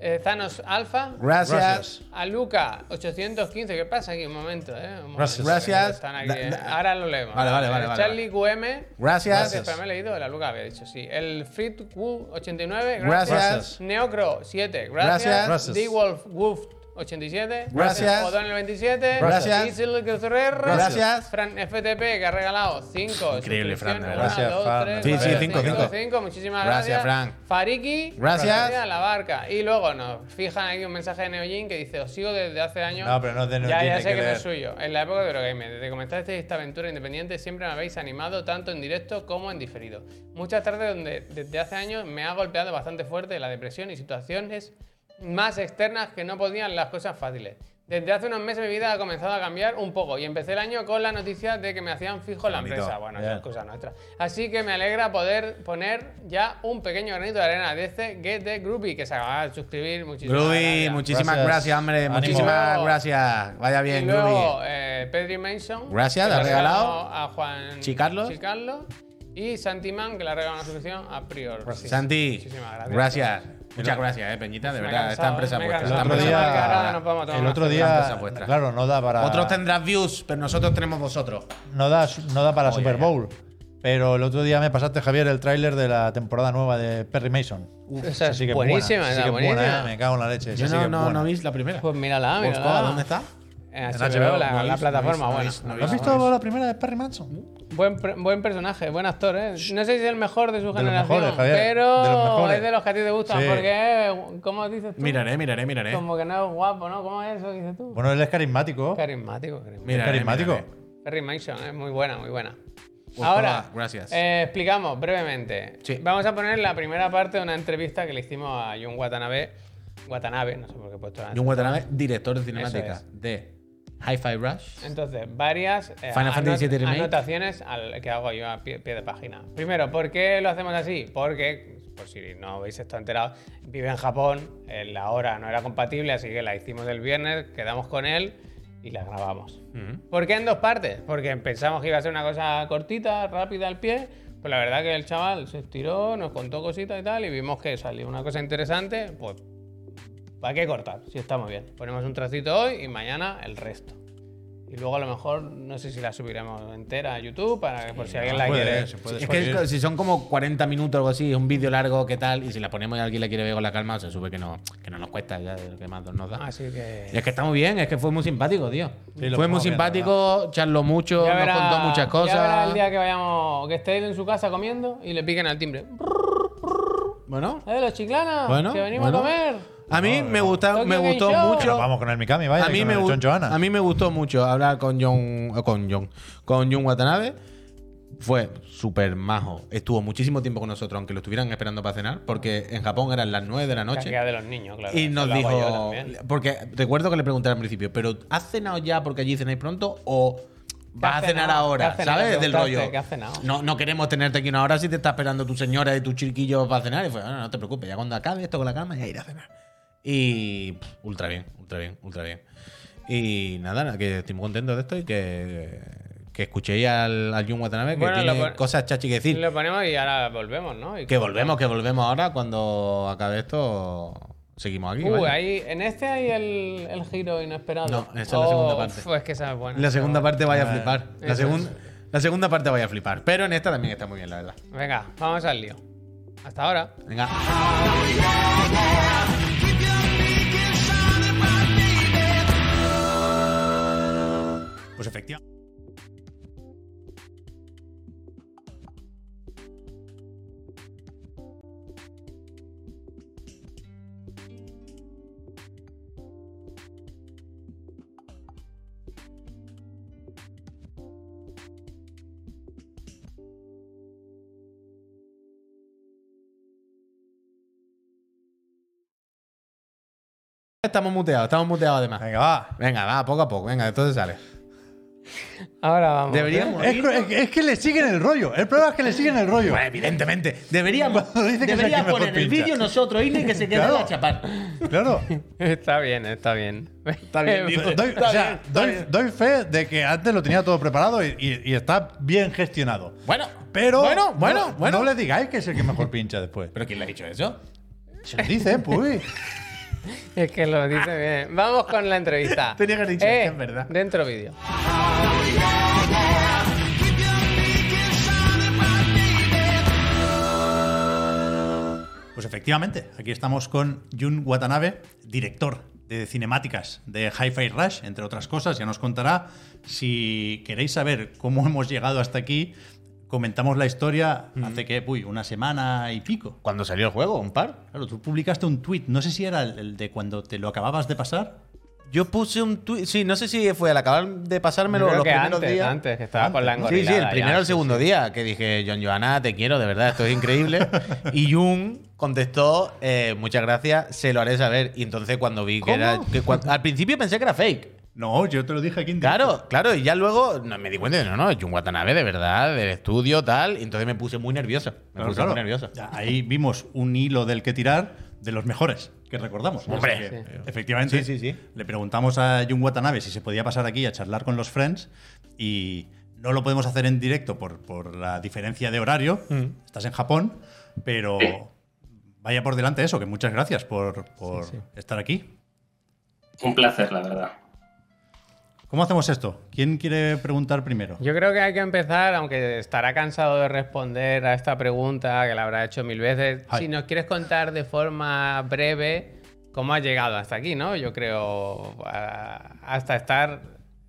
B: Eh, Thanos Alpha.
A: Gracias.
B: Aluca 815. ¿Qué pasa aquí? Un momento, ¿eh? Un momento.
C: Gracias.
A: Gracias.
B: Están aquí,
A: Da-
B: eh.
A: da-
B: Ahora lo leemos.
A: Vale, vale, vale,
B: Eh,
A: vale,
B: Charlie QM.
A: Gracias.
B: Gracias, pero me he leído la Luca había dicho, sí. El Frit Q89,
A: Gracias.
B: gracias. Neocro 7, gracias.
C: Gracias.
B: D-Wolf Wolf 87,
A: Gracias.
B: Odón el 27,
A: Gracias.
B: Diesel Guerrero,
A: Gracias.
B: Fran FTP, que ha regalado 5.
A: Increíble, Fran, de verdad.
C: Gracias, Fran, de
A: verdad. Sí, sí, cinco, cinco.
B: Muchísimas
A: Gracias,
B: gracias.
A: Fran.
B: Fariki,
A: Gracias.
B: La barca. Y luego nos fijan aquí un mensaje de Neojin que dice: Os sigo desde hace años.
C: No, pero no es de
B: Ya,
C: Neojin,
B: ya
C: hay
B: sé
C: que
B: que no
C: leer.
B: es suyo. En la época de Eurogamer, desde que comenzaste esta aventura independiente, siempre me habéis animado tanto en directo como en diferido. Muchas tardes donde desde hace años me ha golpeado bastante fuerte la depresión y situaciones más externas que no podían las cosas fáciles. Desde hace unos meses mi vida ha comenzado a cambiar un poco y empecé el año con la noticia de que me hacían fijo en la
A: Bonito.
B: empresa. Bueno,
C: Bien.
B: eso es cosa nuestra. Así que me alegra poder poner ya un pequeño granito de arena de este Get the Groovy que se acaba de suscribir. Muchísimas
A: Groovy,
B: gracias.
A: muchísimas gracias,
C: Gracias.
A: hombre.
C: Ánimo.
A: Muchísimas
B: Luego-
A: gracias. Vaya bien,
B: y
A: Groovy.
B: luego, eh, Pedri Mason.
A: Gracias,
B: que
A: la
B: le
A: ha
B: ha
A: regalado.
B: regalado A Juan
A: Chicarlos.
B: Chicarlos. Y Santiman, que le ha regalado una suscripción a prior.
A: Pues Santi,
B: Muchísimas gracias.
A: gracias. Muchas gracias, eh, Peñita, de
B: Me he
A: verdad. Esta
B: cansado,
A: empresa
B: me he
A: vuestra. esta
B: cansado.
C: El otro
A: empresa-
B: Vamos a marcar, ahora nos vamos a tomar
C: El otro
B: unas
A: cervezas
C: día,
A: vuestras.
C: claro, no da para.
A: Otros tendrás views, pero nosotros tenemos vosotros.
C: no, da, no da para
A: Oye,
C: Super
A: ya.
C: Bowl. Pero el otro día me pasaste, Javier, el tráiler de la temporada nueva de Perry Mason.
B: esa es
C: Así que
B: buenísima,
C: buena. Esa
B: esa
C: sí que es buena,
B: buenísima.
C: eh, me cago en la leche. esa
A: Yo
C: sí
A: no,
C: que es
A: no,
C: buena.
A: no vi la primera.
B: Pues mírala,
A: Pues,
B: mírala. Eh,
A: ¿Dónde está?
B: En
C: En
B: HBO, la,
C: HBO,
B: la
A: no habéis-
B: plataforma,
A: no
B: bueno.
A: habéis- no habéis-
C: ¿Has visto la primera de Perry Mason?
B: Buen, pre- buen personaje, buen actor, ¿eh? No sé si es el mejor de su
C: De los
B: generación,
C: mejores, Javier,
B: pero
C: de los mejores.
B: es de los que a ti te gustan,
C: Sí.
B: porque, eh, ¿cómo dices tú?
A: Miraré, miraré, miraré.
B: Como que no es guapo, ¿no? ¿Cómo es eso que dices tú?
C: Bueno, él es carismático.
B: Carismático, carismático.
A: Miraré,
C: carismático.
A: miraré.
B: Perry Mason, es muy buena, muy buena.
A: Pues
B: Ahora,
A: nada, gracias.
B: eh, explicamos brevemente.
A: Sí.
B: Vamos a poner la primera parte de una entrevista que le hicimos a Jun Watanabe. Watanabe, no sé por qué he puesto la
A: John Watanabe, director de cinemática
B: Eso
A: de Hi-Fi Rush.
B: Entonces, varias eh,
A: Final Fantasy VII Remake.
B: anotaciones al, que hago yo a pie, pie de página. Primero, ¿por qué lo hacemos así? Porque, por si no habéis estado enterados, vive en Japón, eh, la hora no era compatible, así que la hicimos el viernes, quedamos con él y la grabamos. ¿Por qué en dos partes? Porque pensamos que iba a ser una cosa cortita, rápida al pie. Pues la verdad que el chaval se estiró, nos contó cositas y tal, y vimos que salió una cosa interesante, pues ¿Para qué cortar? Si estamos bien. Ponemos un trocito hoy y mañana el resto. Y luego a lo mejor, no sé si la subiremos entera a YouTube para que por si alguien la
C: puede,
B: quiere.
C: se puede
A: Es
C: subir.
A: que si son como 40 minutos o algo así, es un vídeo largo, ¿qué tal? Y si la ponemos y alguien la quiere ver con la calma, se sube que no, que no nos cuesta, ya de lo que más nos da.
B: Así
A: Y
B: que.
A: es que está muy bien, es que fue muy simpático, tío.
C: Sí, lo
A: fue muy
C: estamos viendo,
A: simpático, charló mucho,
B: Ya
A: nos
B: verá-
A: contó muchas
B: ya
A: cosas.
B: verá el día que vayamos, que esté él en su casa comiendo y le piquen al timbre.
A: Bueno,
B: ¿Eh, los chiclanas?
A: Bueno,
B: que venimos
A: bueno.
B: a comer.
A: a mí me, gusta,
B: Tokyo
A: me
B: Game
A: gustó
B: Show.
A: mucho.
C: Bueno, vamos con el Mikami, vaya.
A: a mí,
C: con
A: me
C: el
A: gu-
C: John Johanna.
A: a mí me gustó mucho hablar con John, eh, con John, con John Watanabe. fue súper majo. Estuvo muchísimo tiempo con nosotros, aunque lo estuvieran esperando para cenar, porque en Japón eran las 9 de la noche.
B: Caquea de los niños, claro.
A: Y nos
B: Lo hago yo
A: dijo,
B: también.
A: porque recuerdo que le pregunté al principio, pero ¿has cenado ya porque allí cenáis pronto o
B: has
A: vas a cenar
B: cenado?
A: ahora?
B: ¿Qué has cenado?
A: ¿Sabes? Del
B: Preguntaste,
A: rollo.
B: ¿qué has cenado?
A: No, no queremos tenerte aquí una hora si te está esperando tu señora y tu chiquillo para cenar. Y fue, "Ah, no te preocupes, ya cuando acabe esto con la calma ya iré a cenar. Y pff, ultra bien, ultra bien, ultra bien. Y nada, nada, que estoy muy contento de esto y que, que escuchéis al, al Jun Watanabe que
B: Bueno,
A: tiene
B: lo pon-
A: cosas chachi que decir.
B: Lo ponemos y ahora volvemos, ¿no? Y
A: Que volvemos, que volvemos ahora cuando acabe esto. Seguimos aquí.
B: Uh,
A: vaya.
B: ahí, en este hay el, el giro inesperado.
A: No, esa es la segunda parte.
B: uf, es que esa es buena.
A: La segunda parte vaya a
C: Ah,
A: flipar. La,
B: eso
A: segun- la segunda parte vaya a flipar. Pero en esta también está muy bien, la verdad.
B: Venga, vamos al lío. Hasta ahora.
A: Venga.
C: Pues efectivamente.
A: Estamos muteados, estamos muteados además.
C: Venga, va.
A: Venga, va, poco a poco. Venga, entonces sale.
B: Ahora vamos.
A: Deberíamos.
C: Es,
A: ir-
C: es- es que le siguen el rollo. El problema es que le siguen el rollo.
A: Bueno, evidentemente. Deberíamos.
C: Cuando dice que es el
A: deberíamos
C: que mejor
A: poner el
C: pincha.
A: vídeo nosotros, Ine, que se quede
C: Claro.
A: a chapar.
C: Claro.
B: Está bien, está bien. Está
A: bien, dice.
C: Doy,
A: Está
C: o sea,
A: bien, está
C: doy-
A: bien.
C: doy fe de que antes lo tenía todo preparado y, y- y está bien gestionado.
A: Bueno,
C: Pero
A: Bueno, bueno,
C: no,
A: bueno.
C: no le digáis que es el que mejor pincha después.
A: ¿Pero quién le ha dicho eso?
C: Se lo dice, pues.
B: Es que lo dice bien. Vamos con la entrevista. Eh,
A: Tenía que haber dicho, es que es verdad.
B: Dentro vídeo.
C: Pues efectivamente, aquí estamos con Jun Watanabe, director de cinemáticas de Hi-Fi Rush, entre otras cosas. Ya nos contará si queréis saber cómo hemos llegado hasta aquí. Comentamos la historia hace que, uy, una semana y pico.
A: Cuando salió el juego, un par.
C: Claro, tú publicaste un tweet, no sé si era el, el de cuando te lo acababas de pasar.
A: Yo puse un tweet. Sí, no sé si fue al acabar de pasármelo
B: Yo creo
A: los
B: que
A: primeros
B: antes,
A: días.
B: antes, que estaba con la
A: Sí, sí,
B: engorilada
A: el primero
B: ya,
A: o el
B: sí,
A: segundo día que dije, John Johanna, te quiero, de verdad, esto es increíble. y Jun contestó, eh, muchas gracias, se lo haré saber. Y entonces cuando vi que era. que cua- al principio pensé que era fake.
C: No, yo te lo dije aquí en directo.
A: Claro, claro, y ya luego no, me di cuenta de no, no, es Jun Watanabe, de verdad, del estudio, tal. Y entonces me puse muy nerviosa. Me
C: Claro,
A: puse
C: claro.
A: muy nerviosa.
C: Ya, Ahí vimos un hilo del que tirar de los mejores que recordamos.
A: Hombre.
C: Así que, Efectivamente.
A: Sí, sí, sí.
C: Le preguntamos a Jun Watanabe si se podía pasar aquí a charlar con los friends y no lo podemos hacer en directo por, por la diferencia de horario. Estás en Japón, pero vaya por delante eso, que muchas gracias por, por estar aquí.
D: Un placer, la verdad.
C: ¿Cómo hacemos esto? ¿Quién quiere preguntar primero?
B: Yo creo que hay que empezar, aunque estará cansado de responder a esta pregunta que la habrá hecho mil veces.
C: Ay.
B: Si nos quieres contar de forma breve cómo has llegado hasta aquí, ¿no? Yo creo a- hasta estar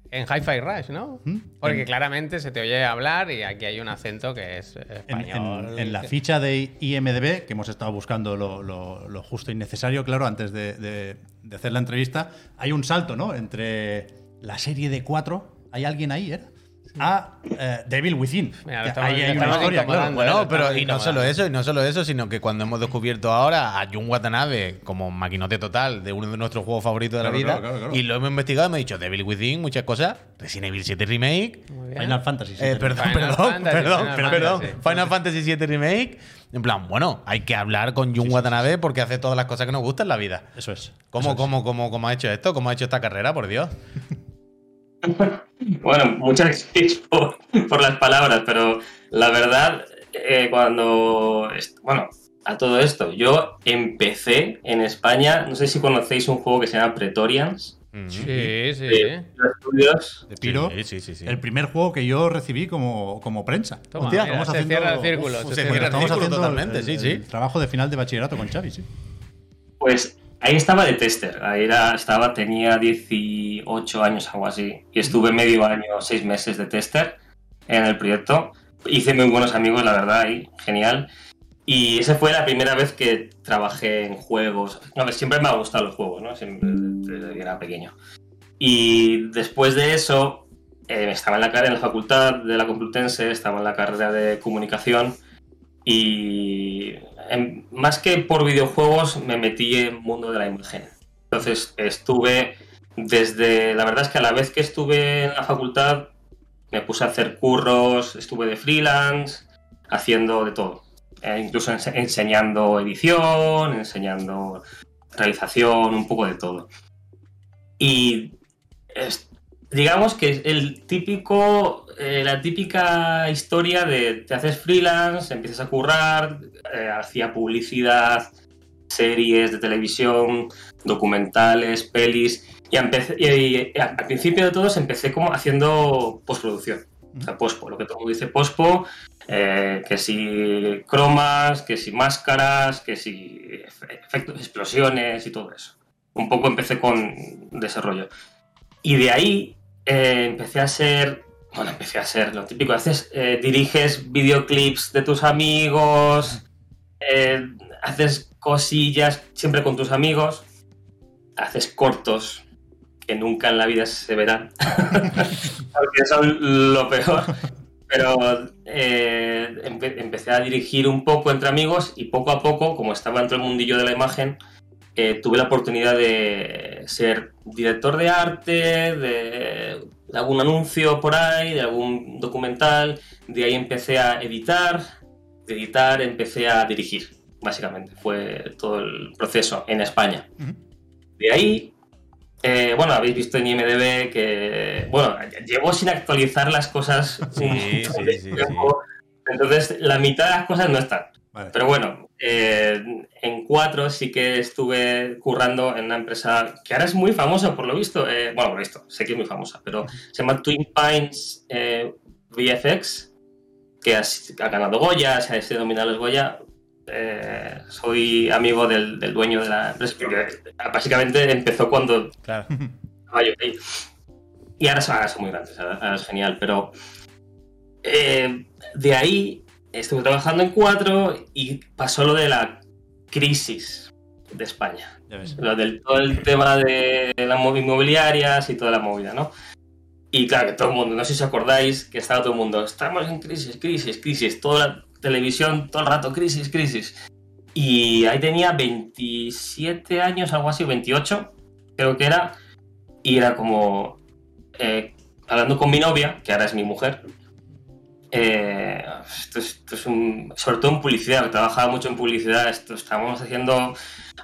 B: en Hi-Fi Rush, ¿no?
C: ¿Mm?
B: Porque claramente se te oye hablar y aquí hay un acento que es
C: En,
B: español.
C: en- en la ficha de IMDB, que hemos estado buscando lo, lo- lo justo y necesario, claro, antes de, de- de hacer la entrevista, hay un salto, ¿no? Entre la serie de cuatro, ¿hay alguien ahí, era? A eh, Devil Within.
B: Mira, lo
C: Que
B: estamos-
C: ahí
B: lo
C: hay una
B: estamos
C: historia,
B: incomodando.
C: claro.
A: Bueno,
B: Bueno,
A: pero
B: está
A: y no
B: incomodado.
A: solo eso, y no solo eso, sino que cuando hemos descubierto ahora a Jun Watanabe como maquinote total de uno de nuestros juegos favoritos de la
C: Claro,
A: vida,
C: claro, claro, claro.
A: y lo hemos investigado, hemos dicho Devil Within, muchas cosas, Resident Evil 7 Remake,
B: Muy bien.
C: Final Fantasy. sí,
A: eh,
C: también.
A: perdón,
B: Final
A: perdón,
B: Fantasy,
A: perdón,
B: Final
A: perdón,
B: Fantasy.
A: Final Fantasy 7 Remake, en plan, bueno, hay que hablar con Jun Watanabe porque hace todas las cosas que nos gustan en la vida.
C: Eso es.
A: ¿Cómo, cómo, cómo, cómo ha hecho esto? ¿Cómo ha hecho esta carrera, por Dios?
D: Bueno, muchas gracias por, por las palabras, pero la verdad, eh, cuando. est- Bueno, a todo esto, yo empecé en España, no sé si conocéis un juego que se llama Pretorians.
A: Mm.
B: Sí, sí.
D: de Piro Studios.
C: De Piro,
A: Sí, sí, sí, sí.
C: el primer juego que yo recibí como, como prensa.
B: Toma,
C: Hostia,
B: mira,
C: estamos
B: se
C: haciendo-
B: cierra el círculo,
C: Uf,
B: se
C: se
B: cierra el
C: cierra Estamos
A: círculo
C: haciendo
A: totalmente,
C: el-
A: sí,
C: el
A: sí.
C: trabajo de final de bachillerato con Xavi, sí.
D: Pues ahí estaba de tester, ahí era- estaba, tenía 18 años, algo así, y estuve medio año, seis meses de tester en el proyecto. Hice muy buenos amigos, la verdad, y genial. Y esa fue la primera vez que trabajé en juegos. No, que siempre me ha gustado los juegos, ¿no? Siempre desde que era pequeño. Y después de eso, eh, estaba en la carrera de la facultad de la Complutense, estaba en la carrera de comunicación y en- más que por videojuegos me metí en el mundo de la imagen. Entonces estuve desde, la verdad es que a la vez que estuve en la facultad me puse a hacer curros, estuve de freelance, haciendo de todo. Eh, incluso ense- enseñando edición, enseñando realización, un poco de todo. Y es- digamos que es el típico, eh, la típica historia de te haces freelance, empiezas a currar, eh, hacía publicidad, series de televisión, documentales, pelis. Y, empecé- y- y al principio de todo se empecé como haciendo postproducción. O sea, pospo, lo que todo el mundo dice pospo, eh, que si cromas, que si máscaras, que si efe- efectos, explosiones y todo eso. Un poco empecé con desarrollo. Y de ahí eh, empecé a ser, bueno, empecé a ser lo típico. Haces, eh, diriges videoclips de tus amigos, eh, haces cosillas siempre con tus amigos, haces cortos que nunca en la vida se verán, porque son lo peor. Pero eh, empe- empecé a dirigir un poco entre amigos y poco a poco, como estaba dentro del mundillo de la imagen, eh, tuve la oportunidad de ser director de arte, de, de algún anuncio por ahí, de algún documental. De ahí empecé a editar, de editar empecé a dirigir, básicamente. Fue todo el proceso en España.
C: Ujú.
D: De ahí, eh, bueno, habéis visto en IMDB que, bueno, llevo sin actualizar las cosas un
E: sí,
D: montón
E: sí,
D: de
E: sí.
D: tiempo, entonces la mitad de las cosas no están.
C: Vale.
D: Pero bueno, eh, en cuatro sí que estuve currando en una empresa que ahora es muy famosa, por lo visto. eh, bueno, por lo visto, sé que es muy famosa, pero se llama Twin Pines eh, VFX, que ha, s- ha ganado Goya, se ha denominado los Goya. Eh, soy amigo del, del dueño de la empresa, porque básicamente empezó cuando
A: Claro.
D: estaba yo ahí. Y ahora son, ahora son muy grandes, ahora, ahora es genial, pero eh, de ahí estuve trabajando en cuatro y pasó lo de la crisis de España.
C: Ya ves.
D: Lo del todo el tema de las mov- inmobiliarias y toda la movida, ¿no? Y claro, que todo el mundo, no sé si os acordáis, que estaba todo el mundo, estamos en crisis, crisis, crisis, toda la televisión todo el rato, crisis, crisis. Y ahí tenía 27 años, algo así, 28, creo que era, y era como, eh, hablando con mi novia, que ahora es mi mujer, eh, esto es, esto es un, sobre todo en publicidad, trabajaba mucho en publicidad, esto, estábamos haciendo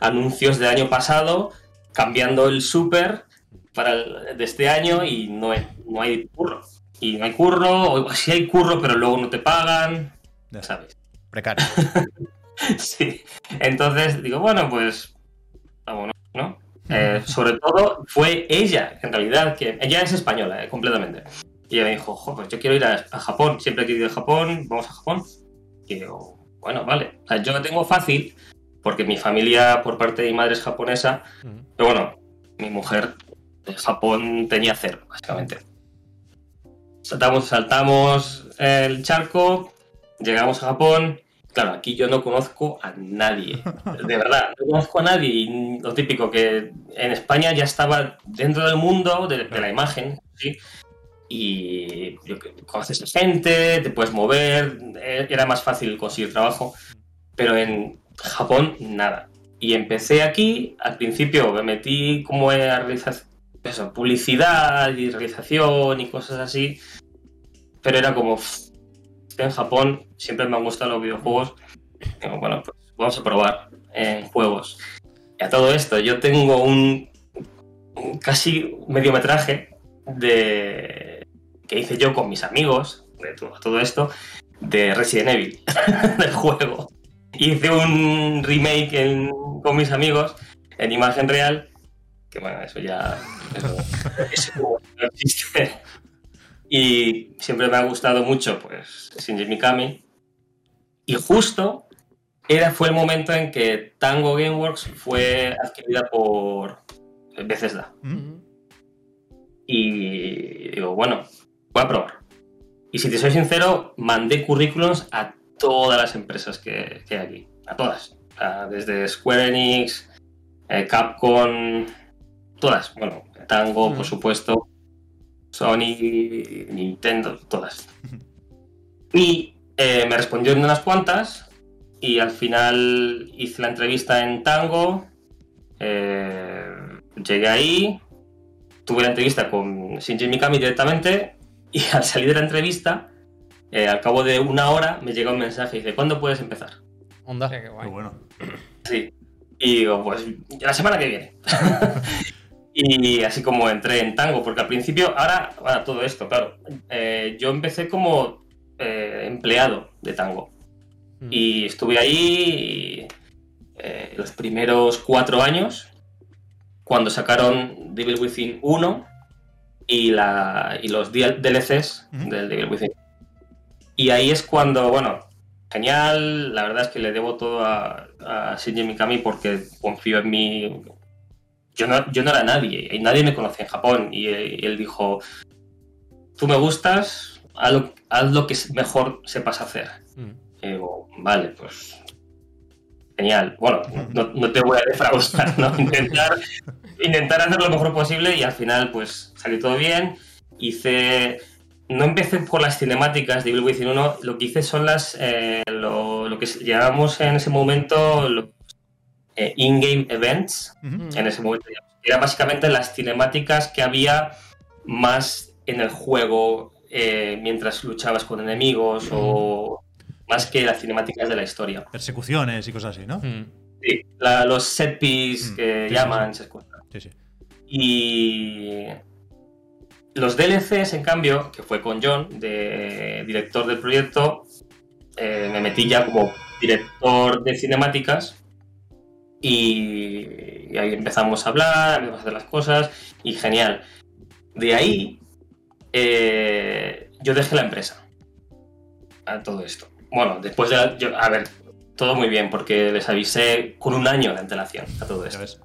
D: anuncios del año pasado, cambiando el súper para el- de este año y no hay, no hay curro. Y no hay curro, o sí hay curro, pero luego no te pagan, ya sabes.
A: Precario.
D: Sí. Entonces digo, bueno, pues vámonos, ¿no? Eh, sobre todo fue ella, en realidad, que ella es española, eh, completamente. Y ella me dijo, "Jo, pues yo quiero ir a, a Japón, siempre he querido ir a Japón, vamos a Japón. Y digo, bueno, vale. O sea, yo lo tengo fácil, porque mi familia por parte de mi madre es japonesa,
A: Ujú.
D: pero bueno, mi mujer de Japón tenía cero, básicamente. Saltamos, saltamos el charco, llegamos a Japón. Claro, aquí yo no conozco a nadie. De verdad, no conozco a nadie. Y lo típico que en España ya estaba dentro del mundo de, de la imagen, ¿sí? Y yo que- conoces gente, te puedes mover, eh, era más fácil conseguir trabajo. Pero en Japón, nada. Y empecé aquí, al principio me metí como a realizar eso, publicidad y realización y cosas así. Pero era como, "Uf, en Japón siempre me han gustado los videojuegos. Digo, bueno, pues vamos a probar eh, juegos. Y a todo esto, yo tengo un, un casi mediometraje de que hice yo con mis amigos, de to- todo esto, de Resident Evil, del juego. Hice un remake en- con mis amigos en imagen real, que bueno, eso ya eso, eso no existe. Y siempre me ha gustado mucho, pues, Shinji Mikami. Y justo era, fue el momento en que Tango Gameworks fue adquirida por Bethesda.
B: Mm.
C: ¿Mm?
D: Y digo, bueno, voy a probar. Y si te soy sincero, mandé currículums a todas las empresas que, que hay aquí. A todas. A- desde Square Enix, eh, Capcom, todas. Bueno, Tango, por supuesto. Sony, Nintendo, todas. Y eh, me respondió en unas cuantas y al final hice la entrevista en Tango, eh, llegué ahí, tuve la entrevista con Shinji Mikami directamente y al salir de la entrevista, eh, al cabo de una hora me llega un mensaje y dice, ¿cuándo puedes empezar?
B: Onda. qué
C: Pero
B: guay.
C: bueno.
D: Sí. Y digo, pues la semana que viene. y así como entré en tango, porque al principio, ahora, ahora todo esto, claro. eh, yo empecé como eh, empleado de tango.
B: Mm.
D: Y estuve ahí eh, los primeros cuatro años, cuando sacaron Devil Within 1 y, la, y los DL DLCs
C: Ujú.
D: del Devil Within. Y ahí es cuando, bueno, genial. La verdad es que le debo todo a, a Shinji Mikami porque confío en mí. Yo no, yo no era nadie, y nadie me conocía en Japón. Y él, y él dijo: Tú me gustas, haz lo, haz lo que mejor sepas hacer.
B: Mm.
D: Y digo, vale, pues. Genial. Bueno, no, no te voy a defraudar, ¿no? Intentar, intentar hacer lo mejor posible y al final, pues, salió todo bien. Hice. No empecé por las cinemáticas de Evil Within 1, lo que hice son las. eh, lo, lo que llamamos en ese momento los eh, in-game events,
C: Ujú.
B: Mm.
D: en ese momento. digamos. Era básicamente las cinemáticas que había más en el juego eh, mientras luchabas con enemigos o más que las cinemáticas de la historia.
C: Persecuciones y cosas así, ¿no?
B: Mm.
D: Sí, la- los set piece
C: Mm,
D: que
C: sí,
D: llaman,
C: sí,
D: esas cosas.
C: Sí, sí.
D: Y los DLCs, en cambio, que fue con John, de director del proyecto, eh, me metí ya como director de cinemáticas y, y ahí empezamos a hablar, empezamos a hacer las cosas y genial. De ahí eh, yo dejé la empresa a todo esto. Bueno, después de... la- yo- a ver, todo muy bien porque les avisé con un año de antelación a todo
C: Ya
D: esto
C: ves.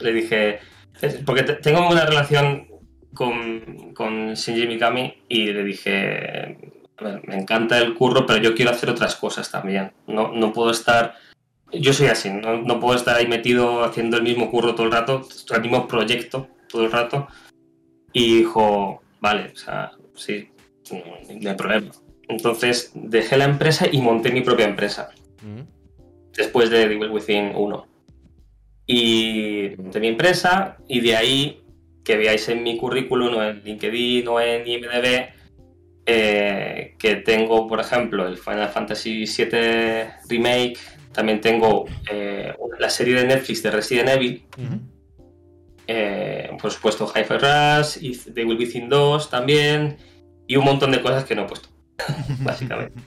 D: le dije, es- porque te- tengo una relación con, con Shinji Mikami y le dije, "A ver, me encanta el curro, pero yo quiero hacer otras cosas también. No, no puedo estar, yo soy así, no, no puedo estar ahí metido haciendo el mismo curro todo el rato, el mismo proyecto todo el rato. Y dijo, vale, o sea, sí, no, no hay problema. Entonces dejé la empresa y monté mi propia empresa
B: Mm.
D: después de Devil Within 1. Y monté mi empresa y de ahí que veáis en mi currículum o en LinkedIn o en IMDB eh, que tengo, por ejemplo, el Final Fantasy VII Remake, también tengo eh, la serie de Netflix de Resident Evil,
B: Mm.
D: eh, por supuesto Hi-Fi Rush, y Devil Within 2 también, y un montón de cosas que no he puesto, básicamente.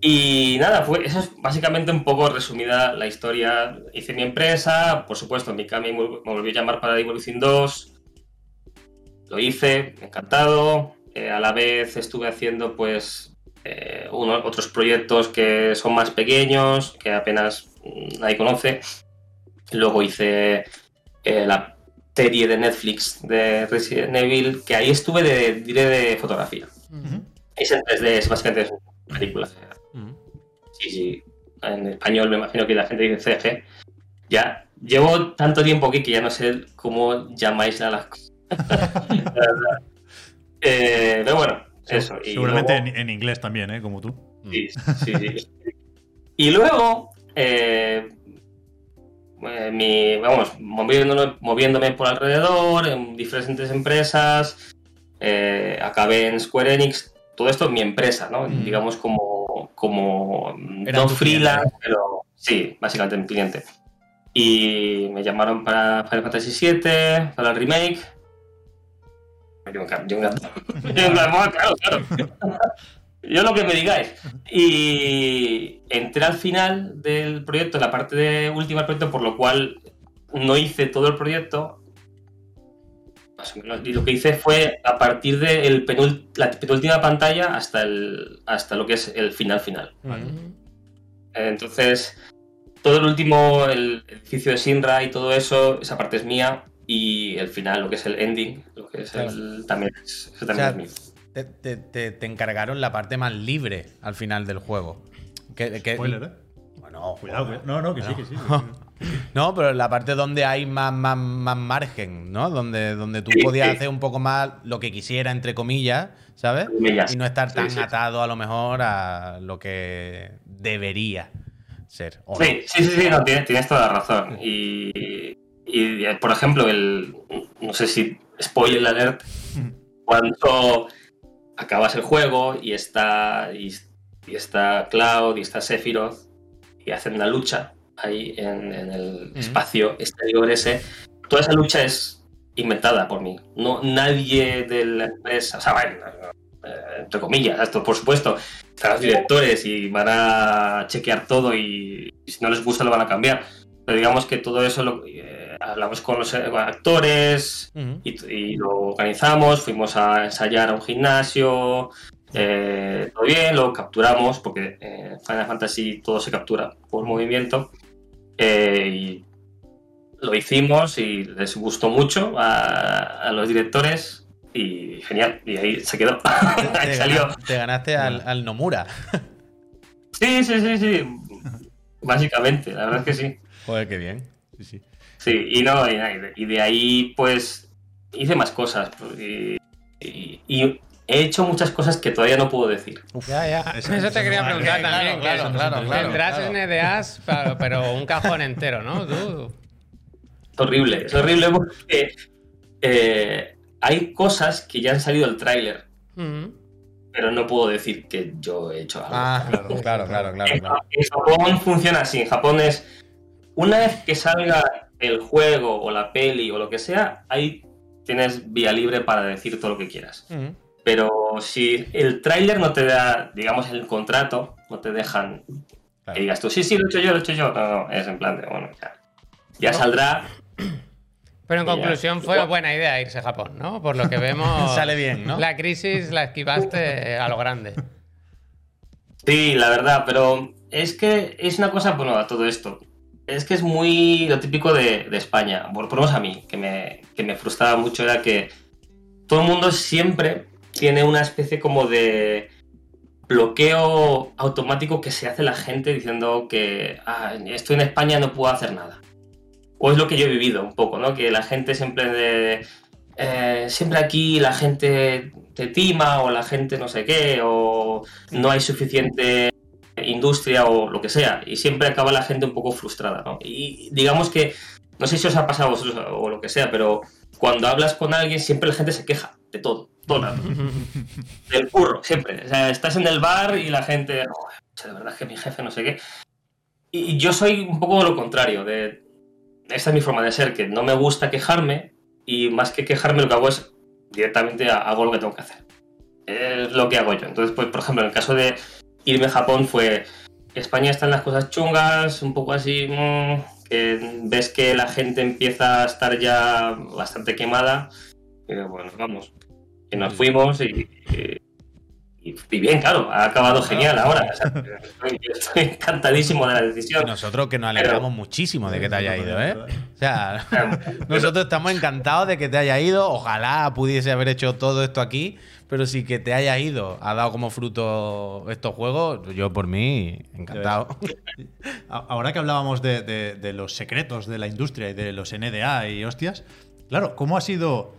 D: Y nada, fue, eso es básicamente un poco resumida la historia. Hice mi empresa, por supuesto, Mikami me vol- me volvió a llamar para Evil Within 2. Lo hice, encantado. Eh, a la vez estuve haciendo pues eh, uno- otros proyectos que son más pequeños, que apenas mm, nadie conoce. Luego hice eh, la serie de Netflix de Resident Evil, que ahí estuve de, diré de fotografía.
B: Mm.
D: Es en 3D, es básicamente una película.
B: Mm.
D: Sí, sí. En español me imagino que la gente dice CG. Ya, llevo tanto tiempo aquí que ya no sé cómo llamáis a las cosas. La verdad. Eh, pero bueno, eso. Y
C: Seguramente
D: luego-
C: en, en inglés también, ¿eh? Como tú.
D: Sí, sí, sí. Y luego, eh, eh, mi, vamos, moviéndome, moviéndome por alrededor, en diferentes empresas, eh, acabé en Square Enix, todo esto en mi empresa, ¿no?
B: Mm.
D: Digamos como, como mm,
C: Era
D: no
C: tu
D: freelance, pero sí, básicamente un cliente. Y me llamaron para Final Fantasy VII, para el remake. Yo encan- yo encantado. Yo encantado, claro, claro. Yo lo que me digáis. Y entré al final del proyecto, en la parte de última del proyecto, por lo cual no hice todo el proyecto. Más o menos. Y lo que hice fue a partir de el penul- la penúltima pantalla hasta, el, hasta lo que es el final final.
B: Mm.
D: Eh, Entonces, todo el último, el edificio de Sinra y todo eso, esa parte es mía. Y el final, lo que es el ending, lo que es el, también, es, eso también
A: sea,
D: es mío.
A: Te, te- te- te encargaron la parte más libre al final del juego. Que, que-
C: Spoiler, ¿eh?
A: Bueno,
C: Cuidado,
A: joder.
C: cuidado. No, no, que sí, que sí. que sí.
A: No, pero la parte donde hay más, más, más margen, ¿no? Donde, donde tú
D: Sí,
A: podías
D: sí.
A: hacer un poco más lo que quisiera, entre comillas, ¿sabes?
D: Comillas.
A: Y no estar
D: Sí,
A: tan
D: sí.
A: atado a lo mejor a lo que debería ser. o no.
D: Sí, sí, sí, sí, no, tienes, tienes toda la razón. Y, y, eh, por ejemplo, el. No sé si. Spoiler alert. Cuando acabas el juego y está. Y, y está Cloud y está Sephiroth y hacen la lucha ahí en, en el
A: Ujú.
D: espacio exterior ese. Toda esa lucha es inventada por mí. No, nadie de la empresa. O sea, bueno, eh, entre comillas, esto por supuesto. Están los directores y van a chequear todo y si no les gusta lo van a cambiar. Pero digamos que todo eso lo eh, hablamos con los eh, actores
A: Ujú.
D: y, y lo organizamos, fuimos a ensayar a un gimnasio, eh, todo bien, lo capturamos, porque en Final Fantasy todo se captura por movimiento, eh, y lo hicimos y les gustó mucho a, a los directores y genial, y ahí se quedó, ahí
A: Te,
D: salió.
A: ganaste, te ganaste al, al Nomura.
D: Sí, sí, sí, sí, básicamente, la verdad es que sí.
A: Joder, qué bien. Sí, sí.
D: Sí, y no, y, y de- y de ahí pues hice más cosas. pues, Y, y- y he hecho muchas cosas que todavía no puedo decir.
C: Ya, ya.
B: Ah, Eso te quería preguntar
A: claro,
B: también.
A: claro,
B: que
A: claro, claro,
B: Tendrás
A: claro.
B: NDAs, pero, pero un cajón entero, ¿no? Tú.
D: Es horrible, es horrible porque eh, hay cosas que ya han salido del tráiler,
B: Mm.
D: pero no puedo decir que yo he hecho algo.
A: Ah, claro, claro, claro, claro.
D: en, Ja- en Japón funciona así, en Japón es una vez que salga el juego o la peli o lo que sea, ahí tienes vía libre para decir todo lo que quieras.
A: Ujú.
D: Pero si el tráiler no te da, digamos, el contrato, no te dejan
A: Claro.
D: que digas tú, sí, sí, lo he hecho yo, lo he hecho yo. No, no, es en plan de, bueno, ya, ya saldrá.
B: Pero en
D: Ya.
B: conclusión fue buena idea irse a Japón, ¿no? Por lo que vemos.
A: Sale bien, ¿no?
B: La crisis la esquivaste a lo grande.
D: Sí, la verdad, pero es que es una cosa, bueno, a todo esto. Es que es muy lo típico de, de España, por por lo menos a mí, que me, que me frustraba mucho, era que todo el mundo siempre tiene una especie como de bloqueo automático que se hace la gente diciendo que "Ah, estoy en España, no puedo hacer nada. O es lo que yo he vivido un poco, ¿no? Que la gente siempre de... eh, siempre aquí la gente te tima o la gente no sé qué o no hay suficiente industria o lo que sea y siempre acaba la gente un poco frustrada, ¿no? Y digamos que, no sé si os ha pasado a vosotros o lo que sea, pero cuando hablas con alguien siempre la gente se queja de todo, todo el rato. del curro, siempre. O sea, estás en el bar y la gente, "Oh, la verdad es que mi jefe no sé qué. Y yo soy un poco lo contrario, de esta es mi forma de ser, que no me gusta quejarme y más que quejarme lo que hago es directamente ha- hago lo que tengo que hacer. Es lo que hago yo. Entonces, pues, por ejemplo, en el caso de irme a Japón fue, España están las cosas chungas, un poco así, mm, que ves que la gente empieza a estar ya bastante quemada. Y digo, bueno, vamos. Y nos fuimos y, y- y- y bien, claro, ha acabado genial ahora. O sea, estoy, estoy encantadísimo de la
A: Y
D: decisión.
A: nosotros que nos alegramos muchísimo de que te haya ido, ¿eh? O sea, nosotros estamos encantados de que te haya ido. Ojalá pudiese haber hecho todo esto aquí, pero si que te haya ido ha dado como fruto estos juegos, yo por mí, encantado.
C: A- Ahora que hablábamos de, de- de los secretos de la industria y de los NDA y hostias, claro, ¿cómo ha sido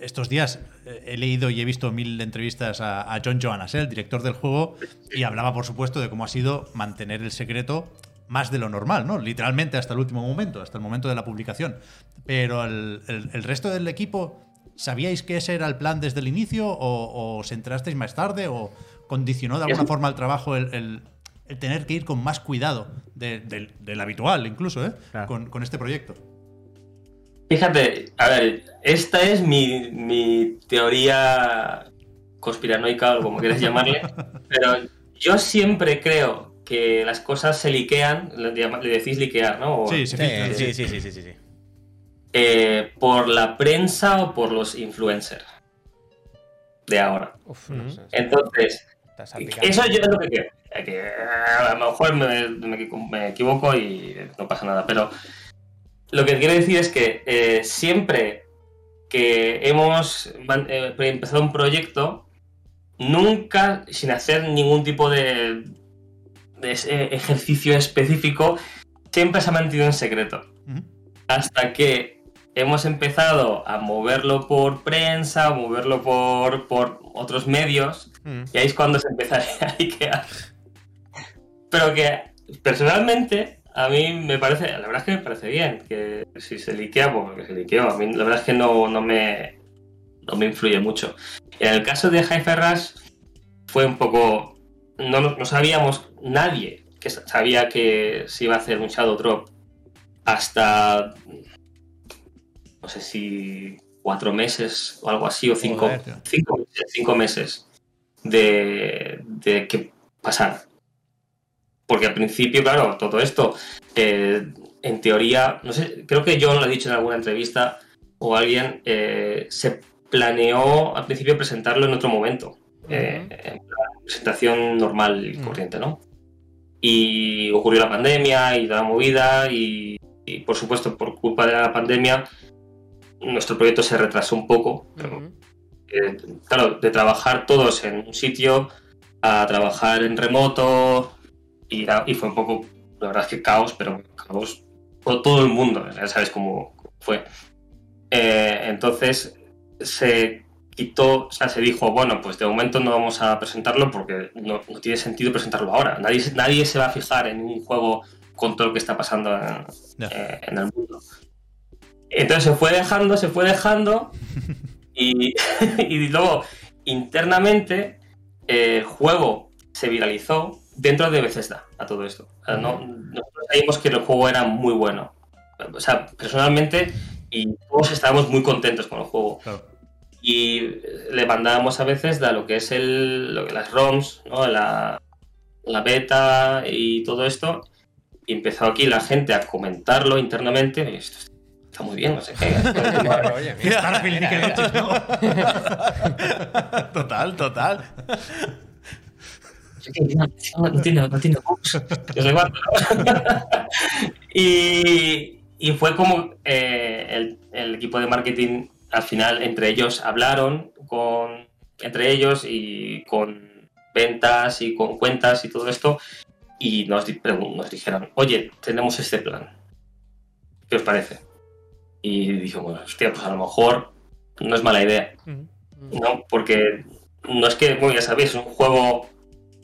C: estos días? eh, He leído y he visto mil entrevistas a, a John Johannes, el director del juego, y hablaba, por supuesto, de cómo ha sido mantener el secreto más de lo normal, ¿no? Literalmente hasta el último momento, hasta el momento de la publicación. Pero el, el- el resto del equipo, ¿sabíais que ese era el plan desde el inicio o, o os enterasteis más tarde o condicionó de alguna forma el trabajo el, el- el tener que ir con más cuidado de- del, del habitual incluso, ¿eh?
A: Claro.
C: Con, con este proyecto.
D: Fíjate, a ver, esta es mi, mi teoría conspiranoica o como quieras llamarle, pero yo siempre creo que las cosas se liquean, le, llama- le decís liquear, ¿no? O-
C: Sí, se filtra, sí.
A: sí, sí, sí, sí, sí.
D: eh, por la prensa o por los influencers de ahora.
B: Uf, no sé.
D: Entonces,
A: Eh,
B: Estás salpicando.
D: eso yo es lo que creo. Que eh, a lo mejor me, me- me equivoco y no pasa nada, pero lo que quiero decir es que eh, siempre que hemos man- eh, empezado un proyecto, nunca, sin hacer ningún tipo de, de ese ejercicio eh, específico, siempre se ha mantenido en secreto.
C: Ujú.
D: Hasta que hemos empezado a moverlo por prensa, a moverlo por, por otros medios,
A: Mm.
D: y ahí es cuando se empieza a Ikea. Pero que personalmente a mí me parece, la verdad es que me parece bien, que si se liquea, pues que se liqueó. A mí la verdad es que no, no, me, no me influye mucho. En el caso de Hyper Rush fue un poco... No, no sabíamos, nadie que sa- sabía que se iba a hacer un Shadow Drop hasta, no sé si cuatro meses o algo así, o cinco,
C: Joder, tío.
D: cinco, meses- cinco meses de, de que pasar. Porque al principio, claro, todo esto, eh, en teoría, no sé, creo que yo lo he dicho en alguna entrevista o alguien, eh, se planeó al principio presentarlo en otro momento. eh,
B: Ujú. Mm.
D: en plan, presentación normal y corriente, ¿no? Y ocurrió la pandemia y la movida y, y, por supuesto por culpa de la pandemia nuestro proyecto se retrasó un poco. pero
B: Ujú.
D: eh, claro, de trabajar todos en un sitio a trabajar en remoto y, a- y fue un poco, la verdad es que caos, pero caos por todo el mundo, ya sabes cómo fue. Eh, entonces se quitó, o sea, se dijo, bueno, pues de momento no vamos a presentarlo porque no, no tiene sentido presentarlo ahora. Nadie, se- nadie se va a fijar en un juego con todo lo que está pasando en,
C: Ya.
D: eh, en el mundo. Entonces se fue dejando, se fue dejando y, y luego internamente eh, el juego se viralizó dentro de Bethesda a todo esto. O sea, no, nosotros sabíamos que el juego era muy bueno. O sea, personalmente y todos estábamos muy contentos con el juego
C: Claro.
D: y eh, le mandábamos a veces da lo que es el, lo que las ROMs, ¿no? la, la beta y todo esto. Y empezó aquí la gente a comentarlo internamente. "Oye, esto está muy bien, no sé qué.
B: Oye, mira.
C: Starfield, ni que leches, ¿no? total, total.
D: no, no tiene, no tiene bugs. Yo soy guapo, ¿no? y, y fue como eh, el, el equipo de marketing, al final, entre ellos hablaron con entre ellos y con ventas y con cuentas y todo esto. Y nos, di- pregun- nos dijeron, oye, tenemos este plan. ¿Qué os parece? Y dijimos, hostia, pues a lo mejor no es mala idea. No, porque no es que, bueno, ya sabéis, es un juego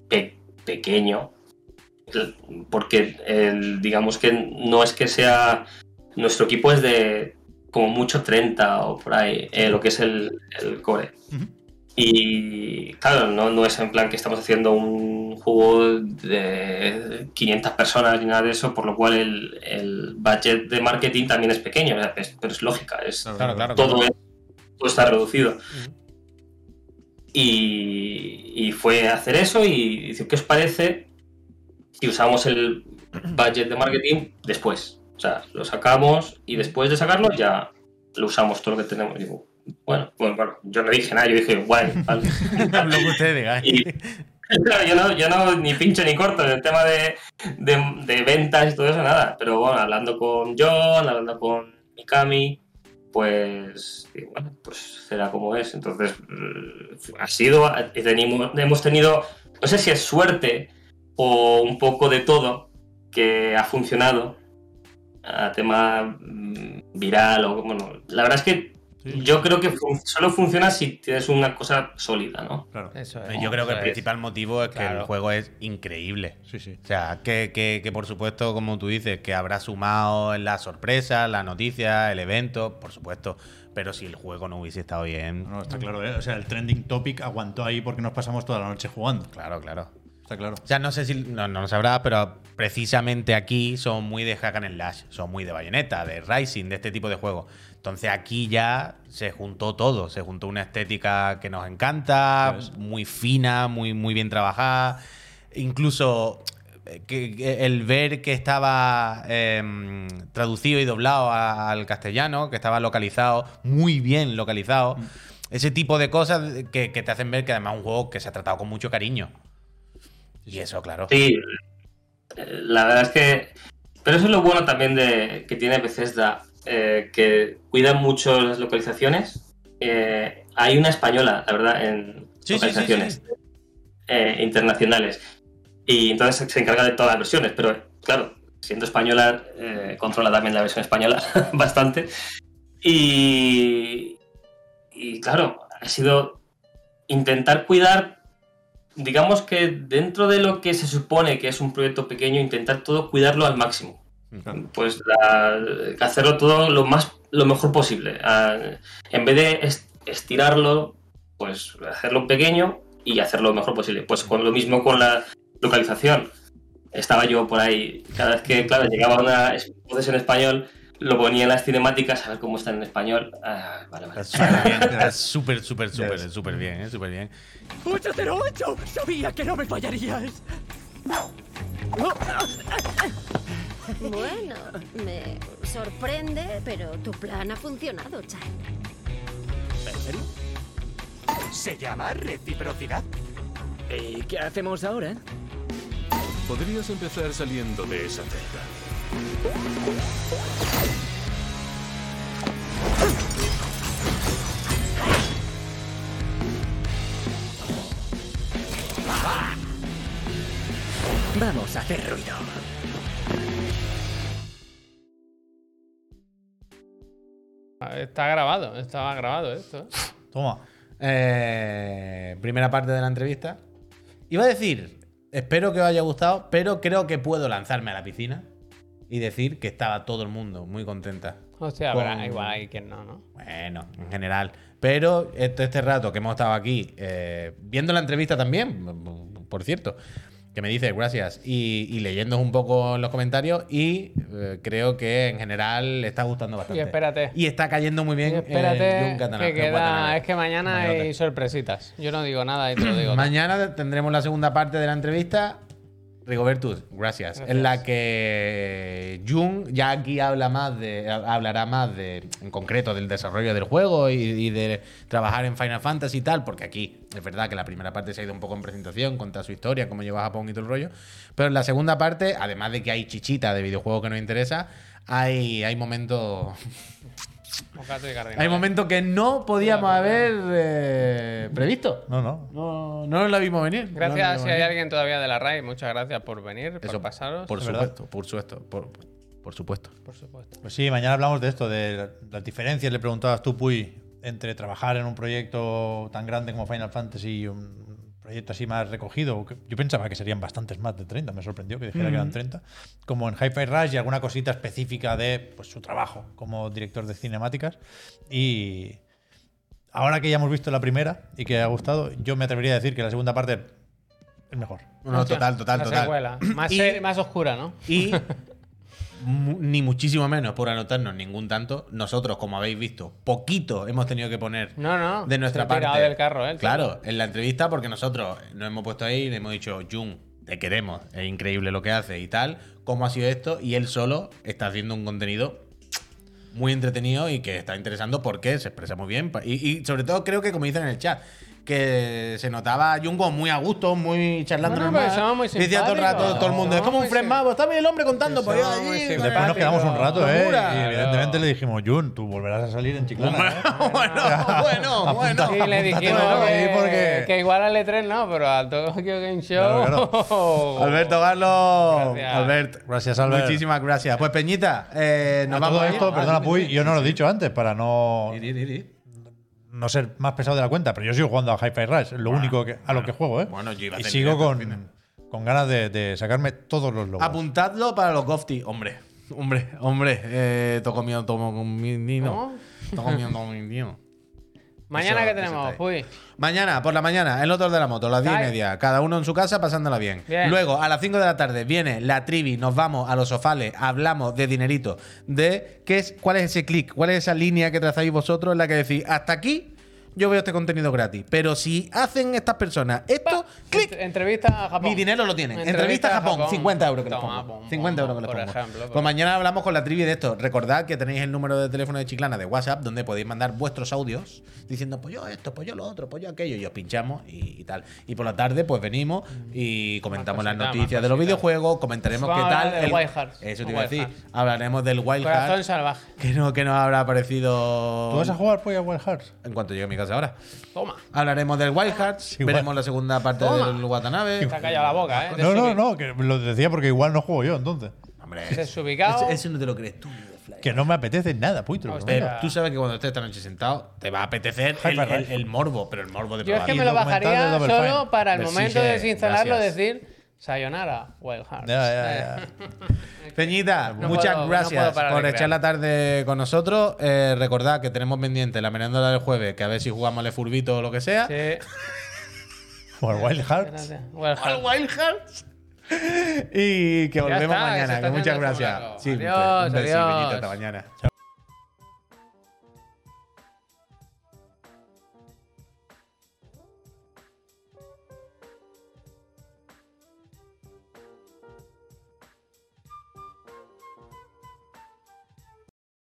D: pe- pequeño. Porque el- digamos que no es que sea. Nuestro equipo es de como mucho 30 o por ahí, eh, lo que es el, el core.
C: Ujú.
D: Y claro, no, no es en plan que estamos haciendo un juego de 500 personas ni nada de eso, por lo cual el, el budget de marketing también es pequeño, o sea, es- pero es lógica, es,
A: Claro, claro.
D: todo, es- todo está reducido. Y, y fue a hacer eso y dice, ¿qué os parece si usamos el budget de marketing después? O sea, lo sacamos y después de sacarlo ya lo usamos todo lo que tenemos. Y digo, bueno, bueno, bueno, yo no dije nada, yo dije, guay, vale.
C: Lo que usted diga.
D: Y- Claro, yo no, yo no ni pincho ni corto en el tema de, de- de ventas y todo eso, nada. Pero bueno, hablando con John, hablando con Mikami, pues digo, bueno, pues será como es. Entonces, mm, ha sido, he tenido- hemos tenido, no sé si es suerte o un poco de todo que ha funcionado a tema mm, viral o bueno, la verdad es que
C: Sí.
D: yo creo que fun- solo funciona si tienes una cosa sólida, ¿no?
C: Claro.
B: Eso es.
E: Y Yo creo que el
B: Eso es.
E: principal motivo es que el
B: Claro.
E: juego es increíble.
C: Sí, sí.
E: O sea, que, que- que por supuesto, como tú dices, que habrá sumado en la sorpresa, la noticia, el evento, por supuesto. Pero si el juego no hubiese estado bien,
C: No, no, está claro, ¿eh? O sea, el trending topic aguantó ahí porque nos pasamos toda la noche jugando.
E: claro, claro.
C: Está claro.
E: O sea, no sé si no, no lo sabrás, pero precisamente aquí son muy de Hack and Slash, son muy de Bayonetta, de Rising, de este tipo de juegos. Entonces aquí ya se juntó todo, se juntó una estética que nos encanta,
C: Eso es.
E: muy fina, muy, muy bien trabajada. Incluso eh, que- que el ver que estaba eh, traducido y doblado a- al castellano, que estaba localizado, muy bien localizado.
C: Mm.
E: Ese tipo de cosas que, que te hacen ver que además es un juego que se ha tratado con mucho cariño. Y eso, claro.
D: Sí, eh, la verdad es que. Pero eso es lo bueno también de que tiene Bethesda, eh, que cuidan mucho las localizaciones. Eh, hay una española, la verdad, en
E: Sí, sí,
D: localizaciones eh, internacionales. Y entonces se encarga de todas las versiones, pero claro, siendo española, eh, controla también la versión española bastante. Y, y claro, ha sido intentar cuidar, digamos que dentro de lo que se supone que es un proyecto pequeño, intentar todo cuidarlo al máximo. Pues la- hacerlo todo lo más lo mejor posible. Ah, en vez de est- estirarlo, pues hacerlo pequeño y hacerlo lo mejor posible. Pues con lo mismo con la localización. Estaba yo por ahí, cada vez que, claro, llegaba una es- voces en español, lo ponía en las cinemáticas a ver cómo están en español. Ah, vale, vale.
E: Súper bien, está súper, súper, súper, súper bien, ¿eh? súper bien.
F: 808, sabía que no me fallarías.
G: Bueno, me sorprende, pero tu plan ha funcionado, Chan.
F: ¿En serio? Se llama reciprocidad. ¿Y Eh, qué hacemos ahora?
H: Podrías empezar saliendo de esa celda.
F: Vamos a hacer ruido.
B: Está grabado, estaba grabado esto. ¿eh?
C: Toma.
A: Eh, primera parte de la entrevista. Iba a decir, espero que os haya gustado, pero creo que puedo lanzarme a la piscina y decir que estaba todo el mundo muy contenta.
B: O sea, habrá
A: Con-
B: igual hay quien no, ¿no?
A: Bueno, en general. Pero este, este rato que hemos estado aquí, eh, viendo la entrevista también, por cierto, que me dice gracias, y, y leyendo un poco en los comentarios, y eh, creo que en general le está gustando bastante.
B: Y espérate.
A: Y está cayendo muy bien.
B: Y
A: el
B: espérate,
A: Jun Catalán-
B: que queda.
A: Guatanara.
B: Es que mañana
A: Guatanara.
B: hay sorpresitas. Yo no digo nada y te lo digo. todo.
A: Mañana tendremos la segunda parte de la entrevista. Rigobertus, gracias. En la que Jung ya aquí habla más de, hablará más de, en concreto del desarrollo del juego y, y de trabajar en Final Fantasy y tal, porque aquí es verdad que la primera parte se ha ido un poco en presentación, contar su historia, cómo lleva a Japón y todo el rollo. Pero en la segunda parte, además de que hay chichita de videojuego que nos interesa, hay, hay momentos
B: Bocato y cardinal.
A: hay momentos que no podíamos haber eh, previsto.
C: No, no.
A: No, no nos la vimos venir. No nos la
B: Gracias,
A: vimos
B: si hay
A: venir.
B: alguien todavía de la RAI, muchas gracias por venir,
A: Eso,
B: por pasaros.
A: Por
C: es verdad.
A: supuesto, por supuesto, por, por supuesto.
B: Por supuesto.
C: Pues sí, mañana hablamos de esto, de la- las diferencias, le preguntabas tú, Puy, entre trabajar en un proyecto tan grande como Final Fantasy y un proyecto así más recogido. que Yo pensaba que serían bastantes más de 30, me sorprendió que dijera que eran 30. Como en Hi-Fi Rush y alguna cosita específica de pues, su trabajo como director de cinemáticas. Y ahora que ya hemos visto la primera y que ha gustado, yo me atrevería a decir que la segunda parte es mejor.
A: No, total, total,
B: Una
A: total.
B: secuela. Más,
A: Y-
B: ser- más oscura, ¿no?
A: Y mu- ni muchísimo menos por anotarnos ningún tanto. Nosotros, como habéis visto, poquito hemos tenido que poner
B: No, no.
A: de nuestra
B: se ha
A: parte.
B: tirado del carro, ¿eh? el tío.
A: Claro, en la entrevista, porque nosotros nos hemos puesto ahí y le hemos dicho, Jun, te queremos, es increíble lo que haces y tal, cómo ha sido esto, y él solo está haciendo un contenido muy entretenido y que está interesando porque se expresa muy bien. pa- Y, y sobre todo creo que, como dicen en el chat, que se notaba a Jun como muy a gusto, muy charlando
B: Bueno,
A: normal.
B: pero somos muy
A: Decía todo el rato,
B: simpáticos.
A: todo el mundo, es
B: Somos
A: como un
B: muy
A: friend
B: sim-
A: más, está bien el hombre contando, pues
B: somos
A: allí, con
B: muy simpáticos.
A: el-
C: Después nos quedamos un rato, ¿eh?
A: Locura.
C: Y evidentemente le dijimos, Jun, tú volverás a salir en Chiclana. ¿eh?".
A: Bueno, bueno, bueno.
B: Y le dijimos
C: Apúntatelo,
B: que,
C: ahí, porque-
B: que igual al E3 no, pero al Tokyo Game Show.
C: Claro,
A: Alberto Garlo.
B: Gracias.
A: Albert.
C: Gracias, Albert.
A: Muchísimas gracias. Pues Peñita, eh, nos
C: A
A: vamos
C: todo
A: a ir.
C: esto, perdona, Puy, yo no lo he dicho antes para no,
A: Di, di, di.
C: no ser más pesado de la cuenta, pero yo sigo jugando a Hi-Fi Rush, lo único que, a lo que juego, ¿eh?
A: bueno, yo iba a
C: y
A: hacer
C: sigo
A: directo al
C: con, con ganas de, de sacarme todos los logros.
A: Apuntadlo para los Gofti. Hombre, hombre, hombre. Eh, toco mío, tomo con mi niño.
B: ¿Cómo?
A: Toco mío, tomo mi niño. Eso-
B: Mañana que
A: eso está
B: tenemos,
A: ahí.
B: Puy.
A: Mañana, por la mañana, el otro de la moto, las 10 y
B: Ay.
A: media. Cada uno en su casa pasándola bien.
B: Bien.
A: Luego, a las 5 de la tarde, viene la trivi, nos vamos a los sofales, hablamos de dinerito, de qué es, cuál es ese clic, cuál es esa línea que trazáis vosotros en la que decís, hasta aquí yo veo este contenido gratis. Pero si hacen estas personas esto, clic,
B: Ent- Entrevista a Japón.
A: mi dinero lo tiene. Entrevista, a Japón, 50 euros que les
B: Toma,
A: pongo.
B: pum,
A: 50 euros que les
B: por
A: pongo.
B: ejemplo,
A: pues
B: por-
A: mañana hablamos con la trivia de esto. Recordad que tenéis el número de teléfono de Chiclana de WhatsApp donde podéis mandar vuestros audios diciendo pues yo esto, pues yo lo otro, pues yo aquello y os pinchamos y, y tal. Y por la tarde pues venimos y comentamos
B: Mm. Más
A: las
B: cositas, más
A: noticias de los
B: cositas.
A: videojuegos, comentaremos qué
B: Vamos a
A: tal.
B: hablar del Wild Hearts.
A: Eso te
B: Un
A: iba a
B: Wild
A: decir.
B: Heart.
A: Hablaremos del Wild
B: Corazón
A: Heart.
B: salvaje.
A: Que no, que nos habrá parecido
C: ¿Tú vas a jugar, Puy, a Wild Hearts?
A: en cuanto llegue a mi casa ahora.
B: Toma.
A: Hablaremos del Wild Hearts,
C: Igual.
A: veremos la segunda parte
B: Toma.
A: del Watanabe.
B: Te ha callado la boca, ¿eh?
C: No, no, no, que lo decía porque igual no juego yo entonces.
A: Hombre, hombre.
B: Desubicado.
A: Eso no te lo crees tú.
C: Que no me apetece nada, Puitro.
B: Hostia.
A: Pero tú sabes que cuando estés esta noche sentado, te va a apetecer
C: Ay,
A: el,
C: verdad.
A: el- el morbo, pero el morbo de
B: Yo es
A: probar.
B: que
C: Y
B: me lo
C: documental de
B: bajaría
C: Double
B: solo
C: Fine.
B: para el
A: Exige,
B: momento de desinstalarlo,
A: gracias.
B: decir Sayonara, Wild Heart.
C: Ya, ya, ya.
A: Peñita,
B: No
A: muchas
B: puedo- no puedo
A: gracias
B: parar de
A: por
B: creer.
A: echar la tarde con nosotros. Eh, recordad que tenemos pendiente la merendada del jueves, que a ver si jugamos al furbito o lo que sea.
B: Sí.
C: Por Wild Hearts.
B: Espérate, Wild Heart.
A: Wild Hearts. y que volvemos
B: está, que se
A: mañana.
B: está
A: que muchas
B: haciendo el
A: gracias.
B: fumaco.
A: Sí,
B: Adiós,
A: un beso,
B: adiós.
A: Peñita, hasta mañana.
C: Chao.